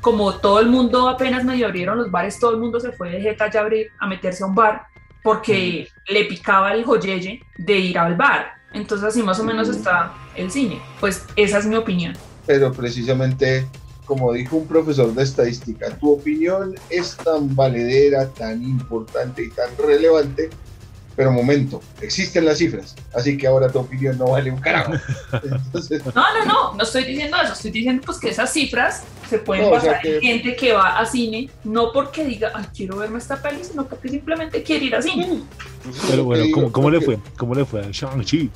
Speaker 4: como todo el mundo apenas medio abrieron los bares, todo el mundo se fue de Jeta ya a abrir, a meterse a un bar porque le picaba el joyeye de ir al bar. Entonces así más o menos está el cine. Pues esa es mi opinión.
Speaker 2: Pero precisamente, como dijo un profesor de estadística, tu opinión es tan valedera, tan importante y tan relevante. Pero momento, existen las cifras, así que ahora tu opinión no vale un
Speaker 1: (laughs)
Speaker 2: carajo. Entonces,
Speaker 4: No, no, no, no estoy diciendo eso, estoy diciendo pues que esas cifras se pueden
Speaker 2: No, o sea
Speaker 4: basar en
Speaker 2: que-
Speaker 4: gente que va a cine, no porque diga, ay, quiero verme esta peli, sino porque simplemente quiere ir a cine.
Speaker 1: Pero bueno,
Speaker 2: te digo,
Speaker 1: ¿cómo, cómo le
Speaker 2: porque
Speaker 1: fue? ¿Cómo le fue a Shang-Chi?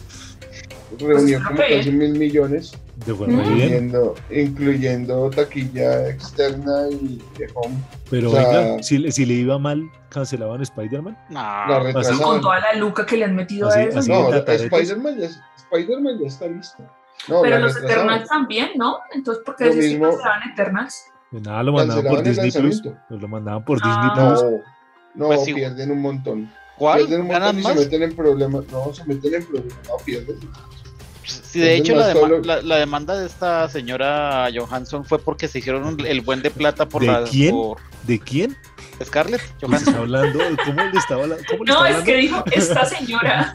Speaker 2: Reunió
Speaker 4: Pues,
Speaker 2: como
Speaker 4: profe.
Speaker 2: casi mil millones,
Speaker 1: Le fue muy
Speaker 4: Mm.
Speaker 1: bien,
Speaker 2: incluyendo, incluyendo taquilla externa y de home.
Speaker 1: pero
Speaker 2: O sea-
Speaker 1: venga, si, le- si le iba mal, cancelaban Spider-Man.
Speaker 2: La
Speaker 1: Así-
Speaker 3: No,
Speaker 4: Con
Speaker 2: retrasaron.
Speaker 4: toda la luca que le han metido
Speaker 1: Así-
Speaker 4: a eso.
Speaker 1: así
Speaker 2: No,
Speaker 1: de tataretes.
Speaker 2: Spider-Man ya, Spider-Man ya está listo. No,
Speaker 4: Pero
Speaker 2: la
Speaker 4: los
Speaker 2: retrasaron.
Speaker 4: Eternals también, ¿no? Entonces, ¿por qué
Speaker 2: Lo
Speaker 4: decís que
Speaker 2: mismo-
Speaker 4: cancelaban Eternals?
Speaker 1: Pues Nada, lo mandaban por
Speaker 2: Cancelaban el
Speaker 1: Disney Plus.
Speaker 2: lanzamiento.
Speaker 1: Nos lo mandaban por
Speaker 4: Ah.
Speaker 1: Disney
Speaker 2: No,
Speaker 1: Plus.
Speaker 2: no
Speaker 3: Pues sí.
Speaker 2: pierden un montón.
Speaker 3: ¿Cuál?
Speaker 2: Pierden un montón
Speaker 3: ¿Ganan
Speaker 2: y se
Speaker 3: más?
Speaker 2: meten en problemas. No, se meten en problemas. No, pierden.
Speaker 3: Sí, de
Speaker 2: Entonces,
Speaker 3: hecho, la,
Speaker 2: más
Speaker 3: dema-
Speaker 2: solo-
Speaker 3: la- la demanda de esta señora Johansson fue porque se hicieron un- el buen de plata por
Speaker 1: ¿De
Speaker 3: la
Speaker 1: quién?
Speaker 3: por
Speaker 1: ¿De quién?
Speaker 3: Scarlett
Speaker 1: ¿Cómo está
Speaker 3: Johansson.
Speaker 1: hablando? ¿Cómo le está, habla- cómo le está
Speaker 4: No, es
Speaker 1: hablando?
Speaker 4: que dijo,
Speaker 2: (laughs)
Speaker 4: esta señora.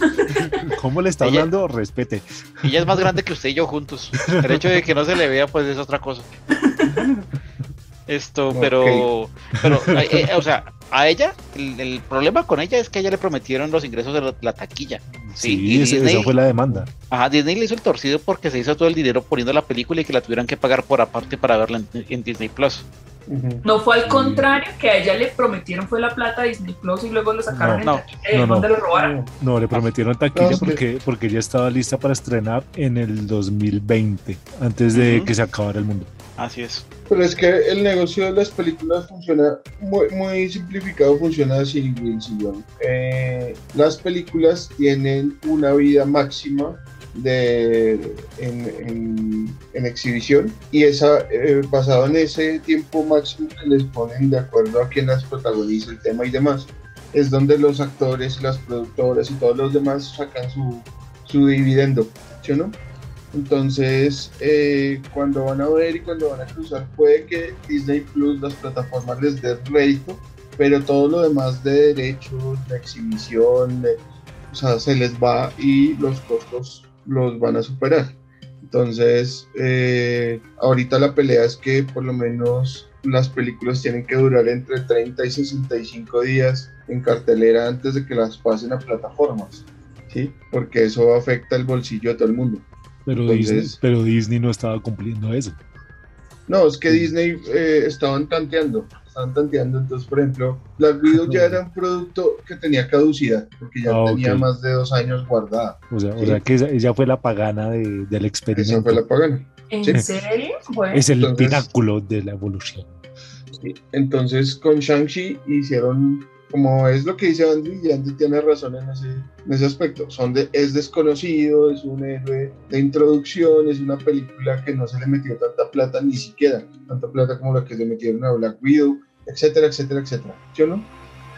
Speaker 1: ¿Cómo le está
Speaker 3: Ella-
Speaker 1: hablando? Respete.
Speaker 3: Ella es más grande que usted y yo juntos. El hecho de que no se le vea, pues es otra cosa. Esto, pero, pero, eh, eh, o sea, a ella, el, el problema con ella es que a ella le prometieron los ingresos de la, la taquilla. Sí,
Speaker 1: Sí,
Speaker 3: y
Speaker 1: ese- esa
Speaker 3: Disney-
Speaker 1: fue la demanda.
Speaker 3: Ajá, Disney le hizo el torcido porque se hizo todo el dinero poniendo la película y que la tuvieran que pagar por aparte para verla en, en Disney Plus.
Speaker 2: Ujú.
Speaker 4: No fue al
Speaker 1: Sí.
Speaker 4: contrario, que a ella le prometieron fue la plata a Disney Plus y luego lo sacaron
Speaker 3: No,
Speaker 4: en taquilla y
Speaker 1: no, no.
Speaker 4: donde lo robaron.
Speaker 1: No, le prometieron taquilla
Speaker 2: No, es que-
Speaker 1: porque, porque ya estaba lista para estrenar en el 2020, antes de
Speaker 3: Ujú.
Speaker 1: que se acabara el mundo.
Speaker 3: Así es.
Speaker 2: Pero es que el negocio de las películas funciona muy, muy simplificado, funciona así, Will Sillón. Eh, las películas tienen una vida máxima de, en, en- en exhibición y esa eh, basado en ese tiempo máximo que les ponen de acuerdo a quien las protagoniza el tema y demás es donde los actores las productoras y todos los demás sacan su, su dividendo ¿sí o no? Entonces, eh, cuando van a ver y cuando van a cruzar, puede que Disney Plus, las plataformas les dé rédito, pero todo lo demás de derechos, la exhibición, de- o sea, se les va y los costos los van a superar. Entonces, eh, ahorita la pelea es que por lo menos las películas tienen que durar entre 30 y 65 días en cartelera antes de que las pasen a plataformas, ¿sí? Porque eso afecta el bolsillo de todo el mundo.
Speaker 1: Pero,
Speaker 2: Entonces-
Speaker 1: Disney, pero Disney no estaba cumpliendo eso.
Speaker 2: No, es que Disney eh, estaban tanteando, estaban tanteando. Entonces, por ejemplo, Black Widow ya era un producto que tenía caducidad, porque ya
Speaker 1: Ah, ok.
Speaker 2: tenía más de dos años guardada.
Speaker 1: O sea, o
Speaker 2: Sí.
Speaker 1: sea que esa- ella fue la pagana de- del
Speaker 2: Esa
Speaker 1: experimento.
Speaker 2: fue la pagana.
Speaker 4: ¿En
Speaker 2: Sí.
Speaker 4: serio? Bueno,
Speaker 1: Es el
Speaker 2: Entonces-
Speaker 1: pináculo de la evolución.
Speaker 2: Sí. Entonces, con Shang-Chi hicieron, como es lo que dice Andy, y Andy tiene razón en ese, en ese aspecto. Son de, es desconocido, es un héroe de introducción, es una película que no se le metió tanta plata, ni siquiera tanta plata como la que le metieron a Black Widow, etcétera, etcétera, etcétera. ¿Sí o no?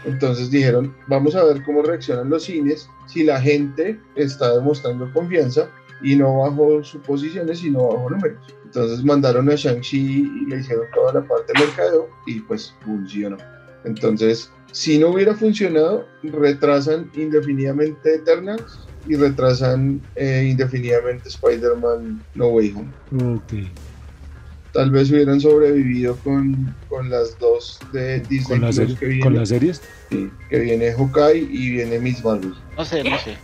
Speaker 2: Entonces dijeron, vamos a ver cómo reaccionan los cines, si la gente está demostrando confianza y no bajo suposiciones, sino bajo números. Entonces mandaron a Shang-Chi y le hicieron toda la parte de mercadeo y pues funcionó. Entonces, si no hubiera funcionado, retrasan indefinidamente Eternals y retrasan eh, indefinidamente Spider-Man No Way Home.
Speaker 1: Ok.
Speaker 2: Tal vez hubieran sobrevivido con, con las dos de Disney
Speaker 1: Con, las
Speaker 2: Plus
Speaker 1: series-
Speaker 2: que, viene,
Speaker 1: con las series,
Speaker 2: sí, que viene Hawkeye y viene Miss Marvel.
Speaker 3: No sé, no sé.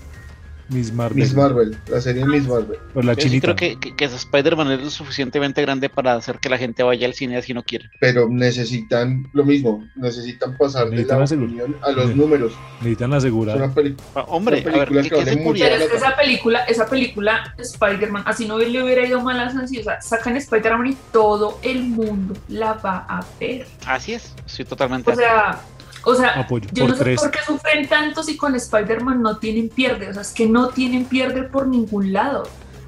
Speaker 1: Miss Marvel.
Speaker 2: Miss Marvel, la serie Miss Marvel.
Speaker 1: Pues la
Speaker 3: Yo sí
Speaker 1: chinita.
Speaker 3: creo que, que, que Spider-Man es lo suficientemente grande para hacer que la gente vaya al cine así no quiere.
Speaker 2: Pero necesitan lo mismo, necesitan pasar de
Speaker 1: Necesitan
Speaker 2: la
Speaker 1: asegurar.
Speaker 2: opinión a los
Speaker 1: Sí.
Speaker 2: números.
Speaker 1: Necesitan
Speaker 2: Es
Speaker 1: asegurar.
Speaker 2: una peli-
Speaker 3: Ah, Hombre,
Speaker 2: Son
Speaker 3: a ver,
Speaker 2: películas
Speaker 3: ¿qué,
Speaker 2: que
Speaker 3: qué se
Speaker 2: valen mucho.
Speaker 3: murió?
Speaker 4: pero es que esa película, esa película Spider-Man, así no le hubiera ido mal a Sansi, o sea, sacan Spider-Man y todo el mundo la va a ver.
Speaker 3: Así es, estoy totalmente.
Speaker 4: O sea, o sea,
Speaker 1: Apoyo.
Speaker 4: yo
Speaker 1: por
Speaker 4: no sé
Speaker 1: tres.
Speaker 4: por qué sufren tanto si con Spider-Man no tienen pierde, o sea, es que no tienen pierde por ningún lado.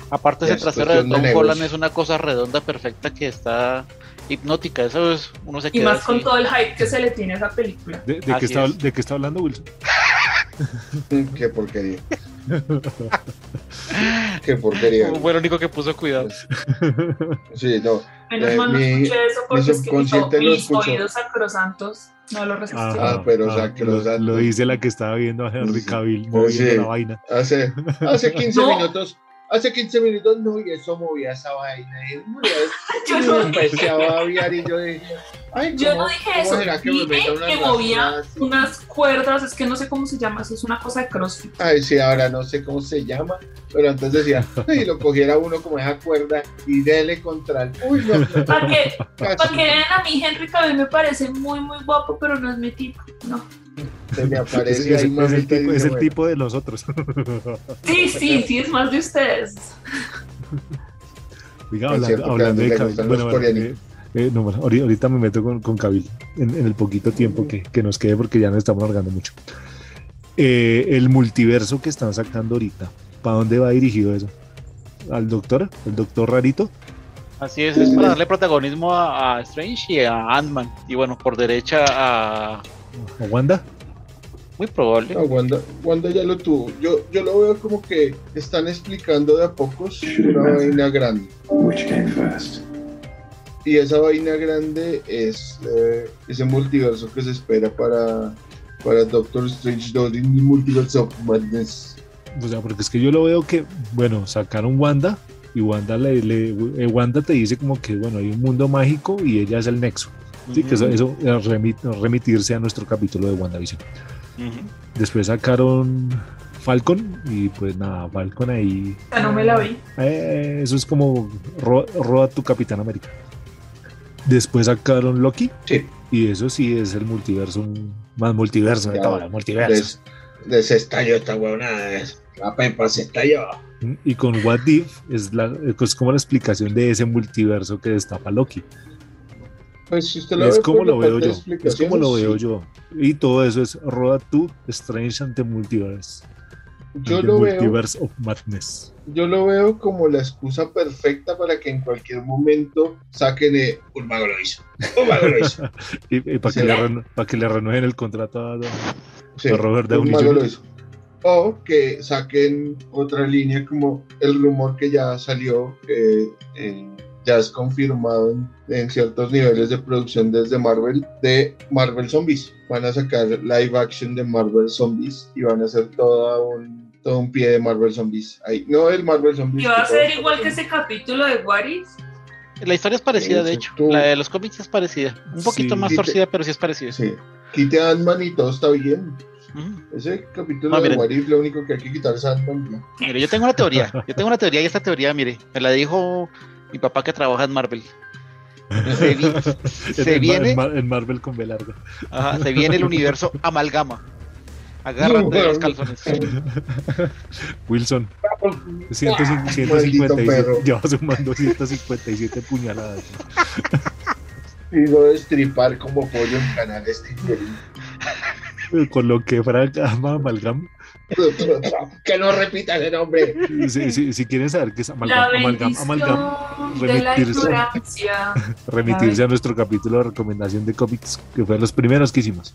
Speaker 3: Aparte, ese
Speaker 2: Es
Speaker 3: trasero de
Speaker 2: cuestión de
Speaker 3: Tom
Speaker 2: negocio.
Speaker 3: Holland es una cosa redonda, perfecta, que está hipnótica. Eso es, uno se
Speaker 4: Y
Speaker 3: queda
Speaker 4: más con
Speaker 3: así.
Speaker 4: todo el hype que se le tiene a esa película.
Speaker 1: ¿De, de
Speaker 3: Así
Speaker 1: qué está, (laughs)
Speaker 3: es.
Speaker 1: ¿De qué está hablando Wilson?
Speaker 2: Mm, Qué porquería. Qué porquería.
Speaker 3: Fue el único que puso cuidado.
Speaker 2: Pues, Sí, no.
Speaker 4: Menos
Speaker 2: Eh,
Speaker 4: mal no
Speaker 2: mi-
Speaker 4: escuché eso porque es que mi-
Speaker 2: subconsciente lo
Speaker 4: mis
Speaker 2: escuchó.
Speaker 4: oídos sacrosantos no lo resistieron.
Speaker 2: Ah, pero
Speaker 1: lo,
Speaker 2: sacrosanto.
Speaker 1: lo dice la que estaba viendo a Henry
Speaker 2: Sí.
Speaker 1: Cavill moviendo
Speaker 2: Sí.
Speaker 1: la vaina.
Speaker 2: Hace, hace 15
Speaker 4: No.
Speaker 2: minutos. Hace 15 minutos no, y eso movía esa vaina. Y movía
Speaker 4: (laughs) Yo
Speaker 2: y
Speaker 4: no
Speaker 2: me empecé a babiar y yo dije, ay,
Speaker 4: Yo
Speaker 2: ¿cómo-
Speaker 4: no dije
Speaker 2: cómo
Speaker 4: eso,
Speaker 2: será que me
Speaker 4: dije
Speaker 2: meta una
Speaker 4: que movía
Speaker 2: razonazo?
Speaker 4: Unas cuerdas, es que no sé cómo se llama, eso es una cosa de crossfit.
Speaker 2: Ay, sí, ahora no sé cómo se llama, pero antes decía, si lo cogiera uno como esa cuerda y dele contra el. Uy,
Speaker 4: (laughs)
Speaker 2: no, no,
Speaker 4: Para que, para
Speaker 2: casi
Speaker 4: que vean a mí, Henry Cavill me parece muy, muy guapo, pero no es mi tipo. No.
Speaker 2: se
Speaker 1: (laughs)
Speaker 2: me
Speaker 1: Es,
Speaker 2: aparece
Speaker 1: es-
Speaker 2: ahí
Speaker 1: es el
Speaker 2: mamita,
Speaker 1: tipo,
Speaker 2: y dice,
Speaker 1: es el
Speaker 2: bueno,
Speaker 1: tipo de los otros. (laughs)
Speaker 4: Sí, sí, sí, es más de ustedes.
Speaker 1: Diga,
Speaker 2: Es
Speaker 1: hablando,
Speaker 2: cierto que
Speaker 1: hablando
Speaker 2: a mí
Speaker 1: de
Speaker 2: le
Speaker 1: Cavill.
Speaker 2: gustan
Speaker 1: Bueno,
Speaker 2: los
Speaker 1: bueno, eh, eh, no, bueno, ahori- ahorita me meto con, con Cavill en, en el poquito tiempo que, que nos quede porque ya nos estamos alargando mucho. Eh, el multiverso que están sacando ahorita, ¿para dónde va dirigido eso? ¿Al doctor? ¿El doctor rarito?
Speaker 3: Así es,
Speaker 2: pues.
Speaker 3: es para darle protagonismo a, a Strange y a Ant-Man. Y bueno, por derecha a.
Speaker 1: ¿A Wanda?
Speaker 3: Muy probable.
Speaker 2: No, Wanda, Wanda ya lo tuvo. Yo, yo lo veo como que están explicando de a pocos una vaina grande.
Speaker 5: Which came first?
Speaker 2: Y esa vaina grande es eh, ese multiverso que se espera para, para Doctor Strange 2 y Multiverse of Madness.
Speaker 1: O sea, porque es que yo lo veo que, bueno, sacaron Wanda y Wanda, le, le- eh, Wanda te dice como que, bueno, hay un mundo mágico y ella es el nexo. Sí, que eso, eso, eh, remit- remitirse a nuestro capítulo de WandaVision.
Speaker 3: Ujú.
Speaker 1: Después sacaron Falcon y pues nada, Falcon ahí.
Speaker 4: O sea, no me la vi.
Speaker 1: eh, eso es como ro- roda tu Capitán América. Después sacaron Loki
Speaker 2: Sí.
Speaker 1: y eso sí es el multiverso, un- más multiverso, de
Speaker 2: Ya,
Speaker 1: todo, el multiverso.
Speaker 2: Les, les estalló esta huevonada. La Pepa se estalló.
Speaker 1: ¿Mm? Y con What If es, la, es como la explicación de ese multiverso que destapa Loki.
Speaker 2: Pues si usted
Speaker 1: es
Speaker 2: ve
Speaker 1: como
Speaker 2: por
Speaker 1: lo
Speaker 2: la
Speaker 1: veo
Speaker 2: parte
Speaker 1: yo.
Speaker 2: de
Speaker 1: Es como lo
Speaker 2: explicaciones,
Speaker 1: veo
Speaker 2: sí.
Speaker 1: yo. Y todo eso es Roda to Strange ante Multiverse.
Speaker 2: Yo
Speaker 1: ante
Speaker 2: lo veo,
Speaker 1: Multiverse of Madness.
Speaker 2: yo lo veo como la excusa perfecta para que en cualquier momento saquen eh, un mago lo hizo. Un mago lo hizo.
Speaker 1: Y, para, que
Speaker 2: Sí.
Speaker 1: le reno- pa' que le renueven el contrato a, a
Speaker 2: Sí,
Speaker 1: Robert
Speaker 2: un
Speaker 1: Downey
Speaker 2: mago lo
Speaker 1: Jr.
Speaker 2: hizo. O que saquen otra línea como el rumor que ya salió, que eh, ya es confirmado en, en ciertos niveles de producción desde Marvel, de Marvel Zombies. Van a sacar live action de Marvel Zombies y van a hacer toda un, todo un pie de Marvel Zombies. Ahí. No el Marvel Zombies.
Speaker 4: Y va a
Speaker 2: que todos
Speaker 4: ser igual que ese capítulo de Waris.
Speaker 3: La historia es parecida, de
Speaker 2: Sí,
Speaker 3: hecho.
Speaker 2: tú-
Speaker 3: La de los cómics es parecida. Un poquito
Speaker 1: Sí.
Speaker 3: más torcida, pero sí es parecida.
Speaker 2: Sí. Quite a Ant-Man y todo está bien.
Speaker 3: Ujú.
Speaker 2: Ese capítulo
Speaker 3: Ah,
Speaker 2: de
Speaker 3: miren.
Speaker 2: Warif, lo único que hay que quitar es Ant-Man. ¿no?
Speaker 3: Mire, yo tengo una teoría. Yo tengo una teoría y esta teoría, mire, me la dijo mi papá que trabaja en Marvel. Se,
Speaker 1: (laughs)
Speaker 3: vi- se
Speaker 1: En- en,
Speaker 3: viene,
Speaker 1: Mar- en Marvel con Belardo.
Speaker 3: ajá, se viene el universo amalgama. Agárrate de los
Speaker 1: (laughs)
Speaker 3: calzones.
Speaker 1: Wilson, 150
Speaker 2: Ah, Maldito
Speaker 1: 157.
Speaker 2: perro.
Speaker 1: Lleva sumando 157 puñaladas.
Speaker 2: Y lo destripar como pollo en canales de infierno.
Speaker 1: Con lo que Frank ama Amalgam.
Speaker 2: Que no repitan el nombre.
Speaker 1: Si, si- si quieren saber qué es
Speaker 4: La
Speaker 1: Amalgam, Amalgam,
Speaker 4: bendición
Speaker 1: Amalgam.
Speaker 4: de la
Speaker 1: remitirse.
Speaker 4: ignorancia.
Speaker 1: remitirse a nuestro capítulo de recomendación de cómics, que fue los primeros que hicimos.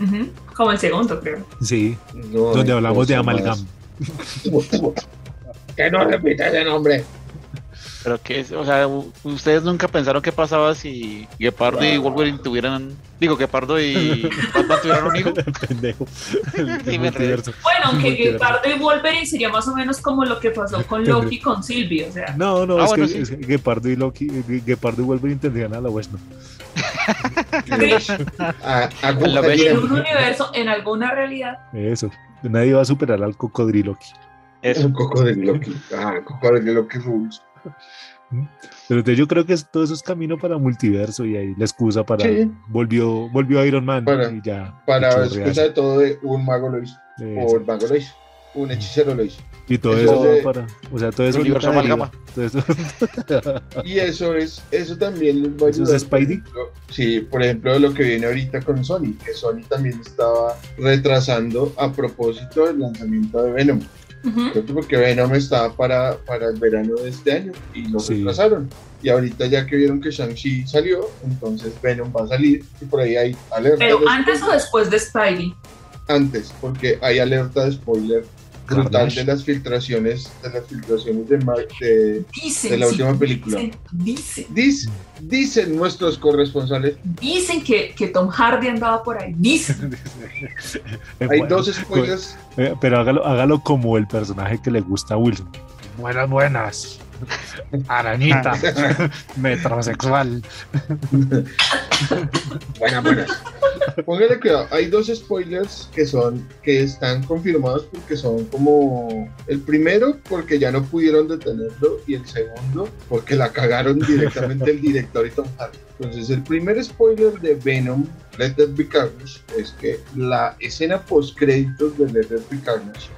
Speaker 4: Ujú, Como el segundo, creo.
Speaker 1: Sí,
Speaker 2: No hay
Speaker 1: donde hablamos de
Speaker 2: cosa
Speaker 1: amalgam.
Speaker 2: más. (laughs) Que no repita ese nombre.
Speaker 3: Pero que, es- o sea, u- ustedes nunca pensaron qué pasaba si Gepardo y Wolverine tuvieran, digo, Gepardo y Batman tuvieran un hijo.
Speaker 1: (laughs)
Speaker 2: (laughs)
Speaker 1: Pendejo. El
Speaker 3: Sí, me
Speaker 1: multiverso.
Speaker 4: Bueno, aunque
Speaker 1: Multiverso.
Speaker 4: Guepardo y Wolverine sería más o menos como lo que pasó con Loki y con Sylvie, o sea.
Speaker 1: No, no,
Speaker 3: Ah,
Speaker 1: es,
Speaker 3: bueno,
Speaker 1: que,
Speaker 3: sí.
Speaker 1: es que Guepardo y Loki, eh, Guepardo y Wolverine tendrían a la West, ¿no?
Speaker 2: A,
Speaker 3: La
Speaker 2: aguja
Speaker 3: bella.
Speaker 4: En un
Speaker 2: girando.
Speaker 4: universo, en alguna realidad,
Speaker 1: Eso. Nadie va a superar al cocodriloqui.
Speaker 2: Es
Speaker 3: Eso.
Speaker 2: un coco de Loki. Ah, coco de Loki Rules.
Speaker 1: Pero entonces yo creo que es- todo eso es camino para multiverso y ahí la excusa para.
Speaker 2: Sí.
Speaker 1: Volvió, volvió Iron Man
Speaker 2: Para-
Speaker 1: y ya.
Speaker 2: Para la
Speaker 1: Mucho real.
Speaker 2: excusa de todo de un mago lo hizo.
Speaker 1: Eh,
Speaker 2: O el mago lo hizo. Un hechicero lo hizo.
Speaker 1: Y todo
Speaker 2: eso
Speaker 1: eso,
Speaker 2: de-
Speaker 1: va para. O sea, todo eso.
Speaker 3: Universo
Speaker 1: ahorita deriva.
Speaker 3: amalgama.
Speaker 1: Todo eso- (laughs)
Speaker 2: Y eso es, eso también les va a
Speaker 1: ¿Eso es
Speaker 2: ayudar,
Speaker 1: Spidey?
Speaker 2: por ejemplo, sí, por ejemplo, lo que viene ahorita con Sony, que Sony también estaba retrasando a propósito el lanzamiento de Venom.
Speaker 4: ujú,
Speaker 2: Creo que porque Venom estaba para, para el verano de este año y lo
Speaker 1: Sí.
Speaker 2: retrasaron. Y ahorita ya que vieron que Shang-Chi salió, entonces Venom va a salir y por ahí hay alerta.
Speaker 4: pero
Speaker 2: de
Speaker 4: antes o
Speaker 2: spoiler.
Speaker 4: después de Spidey.
Speaker 2: Antes, porque hay alerta de spoiler brutal
Speaker 1: Carnage.
Speaker 2: de las filtraciones, de las filtraciones de, Mar- de-
Speaker 4: Dicen,
Speaker 2: de la
Speaker 4: sí,
Speaker 2: última película.
Speaker 4: Dicen, dicen,
Speaker 2: Dis- dicen nuestros corresponsales,
Speaker 4: dicen que, que Tom Hardy andaba por ahí. Dicen.
Speaker 2: (laughs) hay
Speaker 1: Bueno,
Speaker 2: dos spoilers,
Speaker 1: eh, Pero hágalo, hágalo como el personaje que le gusta a Wilson. Buenas, (laughs) buenas.
Speaker 2: (laughs)
Speaker 1: Arañita. Metrosexual.
Speaker 2: buenas, buenas. (laughs) Póngale cuidado, hay dos spoilers que son, que están confirmados porque son como el primero porque ya no pudieron detenerlo y el segundo porque la cagaron directamente el director y Tom Hardy. Entonces el primer spoiler de Venom, Let There Be Carnage, es que la escena post créditos de Let There Be Carnage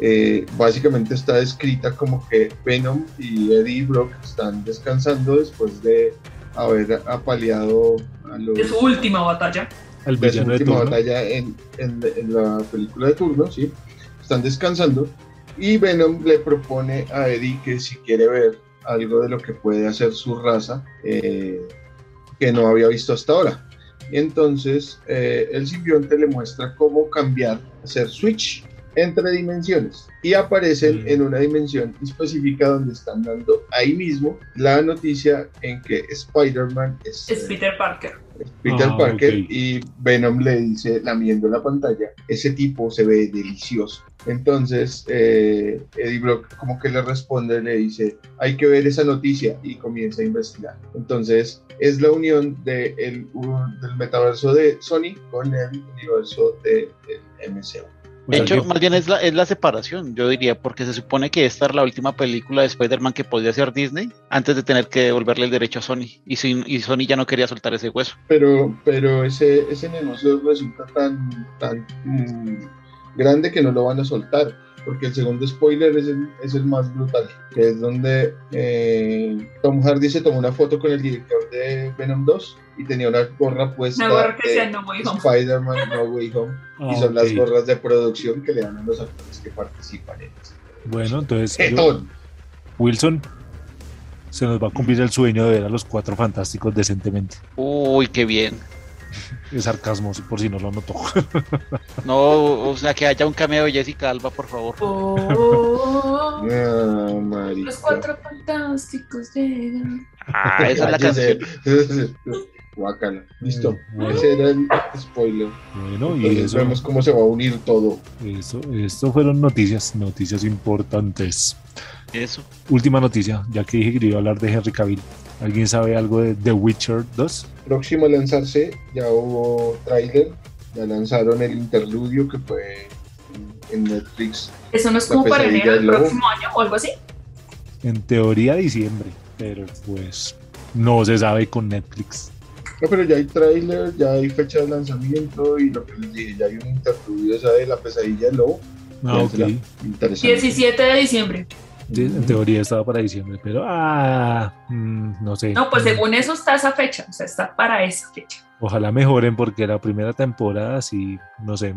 Speaker 2: eh, básicamente está descrita como que Venom y Eddie Brock están descansando después de haber apaleado a los
Speaker 4: De su última batalla.
Speaker 1: El
Speaker 2: de su
Speaker 1: villano de
Speaker 2: última
Speaker 1: turno.
Speaker 2: batalla en, en- en la película de turno, sí. Están descansando. Y Venom le propone a Eddie que si quiere ver algo de lo que puede hacer su raza eh, que no había visto hasta ahora. Y entonces eh, el simbionte le muestra cómo cambiar, hacer switch entre dimensiones y aparecen
Speaker 1: Mm.
Speaker 2: en una dimensión específica donde están dando ahí mismo la noticia en que Spider-Man es,
Speaker 4: Es
Speaker 2: eh,
Speaker 4: Peter Parker.
Speaker 2: Peter
Speaker 1: Ah,
Speaker 2: Parker
Speaker 1: ok.
Speaker 2: y Venom le dice, lamiendo la pantalla, ese tipo se ve delicioso. Entonces eh, Eddie Brock como que le responde, le dice, hay que ver esa noticia y comienza a investigar. Entonces es la unión de el- un- del metaverso de Sony con el universo de, del MCU.
Speaker 1: O sea,
Speaker 3: de hecho,
Speaker 1: que-
Speaker 3: más bien es la, es la separación, yo diría, porque se supone que esta era la última película de Spider-Man que podía hacer Disney antes de tener que devolverle el derecho a Sony. Y, sin- y Sony ya no quería soltar ese hueso.
Speaker 2: Pero, pero ese, ese negocio resulta tan, tan mm, grande que no lo van a soltar. Porque el segundo spoiler es el, es el más brutal, que es donde eh, Tom Hardy se tomó una foto con el director de Venom 2 y tenía una gorra puesta
Speaker 4: Una gorra que decía
Speaker 2: de
Speaker 4: No Way Home.
Speaker 2: Spider-Man No Way Home.
Speaker 1: Ah,
Speaker 2: y son
Speaker 1: ok.
Speaker 2: las gorras de producción que le dan a los actores que participan en eso.
Speaker 1: Bueno, entonces yo-
Speaker 2: ¡Jetón!
Speaker 1: Wilson se nos va a cumplir el sueño de ver a los cuatro fantásticos decentemente.
Speaker 3: Uy, qué bien.
Speaker 1: Es sarcasmo, si por si no lo notó.
Speaker 3: No, o sea, que haya un cameo de Jessica Alba, por favor.
Speaker 2: (laughs)
Speaker 4: Oh,
Speaker 2: Ah, marica.
Speaker 4: los cuatro fantásticos llegan.
Speaker 3: Ah, esa es la
Speaker 2: Cállese.
Speaker 3: canción.
Speaker 2: (laughs) Guácala. (laughs) Listo.
Speaker 1: Eh, Bueno.
Speaker 2: Ese era el spoiler.
Speaker 1: Bueno, y
Speaker 2: Entonces
Speaker 1: eso,
Speaker 2: vemos cómo se va a unir todo.
Speaker 1: eso, esto fueron noticias, noticias importantes.
Speaker 3: Eso.
Speaker 1: Última noticia, ya que dije que iba a hablar de Henry Cavill. ¿Alguien sabe algo de The Witcher 2?
Speaker 2: Próximo a lanzarse, ya hubo tráiler, ya lanzaron el interludio que fue en- en Netflix.
Speaker 4: ¿Eso no es
Speaker 2: La
Speaker 4: como para
Speaker 2: pesadilla
Speaker 4: enero del
Speaker 2: del lobo.
Speaker 4: próximo año o algo así?
Speaker 1: En teoría diciembre, pero pues no se sabe con Netflix.
Speaker 2: No, pero ya hay tráiler, ya hay fecha de lanzamiento y lo que les dije, ya hay un interludio esa de la pesadilla del lobo.
Speaker 1: Ah, ok.
Speaker 2: Piénsela. Interesante.
Speaker 4: 17 de diciembre.
Speaker 1: Sí, En teoría estaba para diciembre, pero ah, mm, no sé.
Speaker 4: No, pues según eso está esa fecha. O sea, está para esa fecha.
Speaker 1: Ojalá mejoren porque la primera temporada sí, no sé,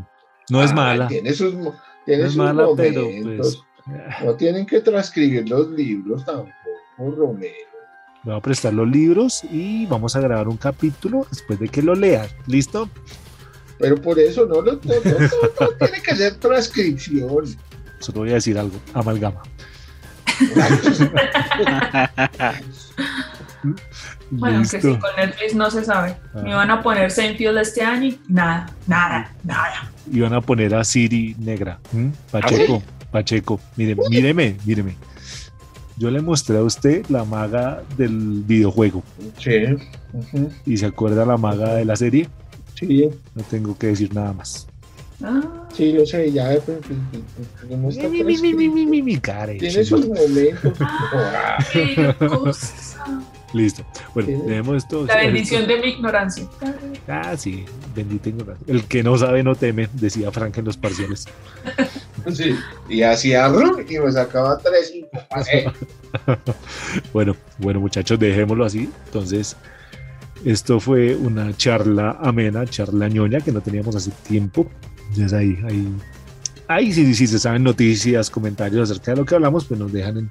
Speaker 1: no es
Speaker 2: Ah,
Speaker 1: mala.
Speaker 2: Tiene sus, mo- tiene
Speaker 1: No es
Speaker 2: sus
Speaker 1: mala, pero, pues,
Speaker 2: momentos. No tienen que transcribir los libros tampoco, Romero.
Speaker 1: Voy a prestar los libros y vamos a grabar un capítulo después de que lo lean. ¿Listo?
Speaker 2: Pero por eso no lo no- no- no tiene que hacer transcripción.
Speaker 1: Solo voy a decir algo, amalgama.
Speaker 4: Bueno, aunque
Speaker 1: Listo.
Speaker 4: sí, con Netflix no se sabe.
Speaker 1: Ah.
Speaker 4: Me van a poner Seinfeld este año y nada, nada,
Speaker 1: (laughs)
Speaker 4: nada.
Speaker 1: Y van a poner a Siri negra. ¿m?
Speaker 2: ¿Ah,
Speaker 1: Pacheco, Pacheco, mire, míreme, míreme. Yo le mostré a usted la maga del videojuego
Speaker 2: Sí.
Speaker 1: y se acuerda la maga de la serie.
Speaker 2: Sí,
Speaker 1: No tengo que decir nada más.
Speaker 4: Ah,
Speaker 2: sí, lo sé, ya. pues, pero- pero- pero pues, no está
Speaker 1: Mi, mi, mi, mi, mi,
Speaker 2: transcrito.
Speaker 1: mi, mi, Karen,
Speaker 2: Tiene
Speaker 1: chimba.
Speaker 2: sus momentos. Ah,
Speaker 4: qué cosa.
Speaker 1: Listo.
Speaker 2: Sí.
Speaker 1: Bueno, tenemos esto.
Speaker 4: La bendición de mi ignorancia.
Speaker 1: Ah, sí, bendita ignorancia. El que no sabe no teme, decía Frank en los parciales.
Speaker 2: (laughs) sí. Y hacía rum y me sacaba tres y pasé.
Speaker 1: (laughs) Bueno, bueno, muchachos, dejémoslo así. Entonces, esto fue una charla amena, charla ñoña que no teníamos hace tiempo. Entonces, ahí, ahí, ahí sí, sí, sí, se saben noticias, comentarios acerca de lo que hablamos, pues nos dejan en,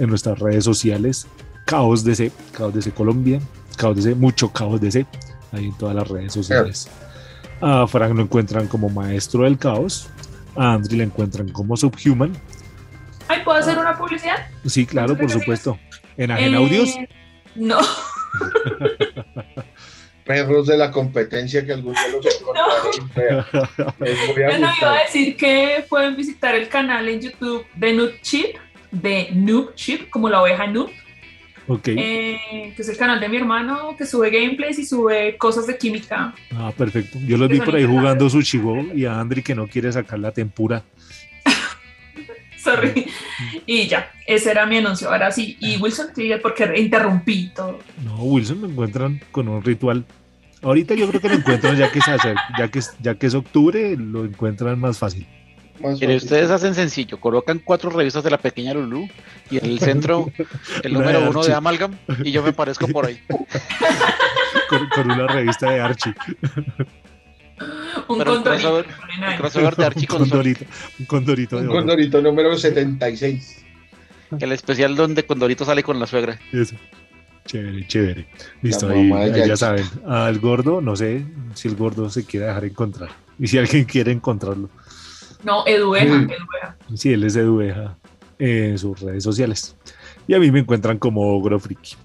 Speaker 1: en nuestras redes sociales. Caos DC, Caos DC Colombia, Caos DC, mucho Caos DC, ahí en todas las redes sociales. A Frank lo encuentran como maestro del caos. A Andri la encuentran como Subhuman.
Speaker 4: Ay, ¿puedo hacer una publicidad?
Speaker 1: Sí, claro, por supuesto. Ah. En Agen Audios.
Speaker 4: Eh, No,
Speaker 2: Perros de la competencia que algún día los encontraré. Les voy a
Speaker 4: yo (laughs) no iba
Speaker 2: gustar.
Speaker 4: a decir que pueden visitar el canal en YouTube de Noob Chip, de Noob Chip, como la oveja Noob,
Speaker 1: Ok.
Speaker 4: eh, que es el canal de mi hermano que sube gameplays y sube cosas de química. (laughs)
Speaker 1: Ah, perfecto. Yo los vi por ahí jugando Sushigo y a Andri que no quiere sacar la tempura.
Speaker 4: Sorry. Y ya, ese era mi anuncio. Ahora sí, y
Speaker 1: Ah.
Speaker 4: Wilson, sí, porque interrumpí todo.
Speaker 1: No, Wilson lo encuentran con un ritual. Ahorita yo creo que lo encuentran ya que, se acerca- ya que, es- ya que es octubre, lo encuentran más fácil.
Speaker 2: Más
Speaker 3: Mire,
Speaker 2: fácil.
Speaker 3: ustedes hacen sencillo, colocan cuatro revistas de la pequeña Lulú y en el centro el
Speaker 1: Una
Speaker 3: número
Speaker 1: de
Speaker 3: uno
Speaker 1: Archie.
Speaker 3: de Amalgam y yo me parezco por ahí.
Speaker 1: Con, con una revista de Archie.
Speaker 4: Un
Speaker 3: Pero el
Speaker 4: control.
Speaker 3: crossover, el crossover de
Speaker 1: (laughs)
Speaker 3: Archie con
Speaker 1: Un
Speaker 3: Sonic,
Speaker 1: condorito, un condorito de
Speaker 2: Un
Speaker 1: oro.
Speaker 2: condorito número 76.
Speaker 3: el especial donde Condorito sale con la suegra.
Speaker 1: Eso. Chévere, chévere. Listo,
Speaker 2: La
Speaker 1: ahí,
Speaker 2: mamá de
Speaker 1: ahí ya
Speaker 2: Yankee.
Speaker 1: saben. Al gordo, no sé si el gordo se quiere dejar encontrar. Y si alguien quiere encontrarlo,
Speaker 4: No, Edueja,
Speaker 2: Mm.
Speaker 4: Edueja.
Speaker 1: si él es de Dueja eh, en sus redes sociales. Y a mí me encuentran como Ogro Friki.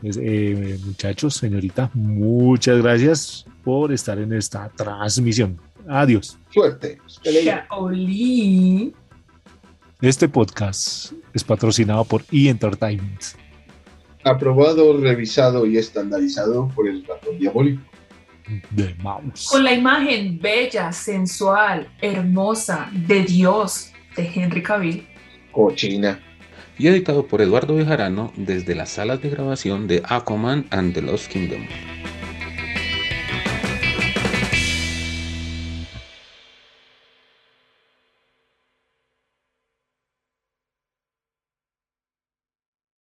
Speaker 1: Entonces, eh, muchachos, señorita, muchas gracias por estar en esta transmisión. Adiós.
Speaker 2: Suerte.
Speaker 4: Shaolin.
Speaker 1: Este podcast es patrocinado por E Entertainment.
Speaker 2: Aprobado, revisado y estandarizado por el ratón diabólico.
Speaker 1: The Mouse.
Speaker 4: Con la imagen bella, sensual, hermosa, de Dios, de Henry Cavill.
Speaker 2: Cochina.
Speaker 5: y editado por Eduardo Bejarano desde las salas de grabación de Aquaman and the Lost Kingdom.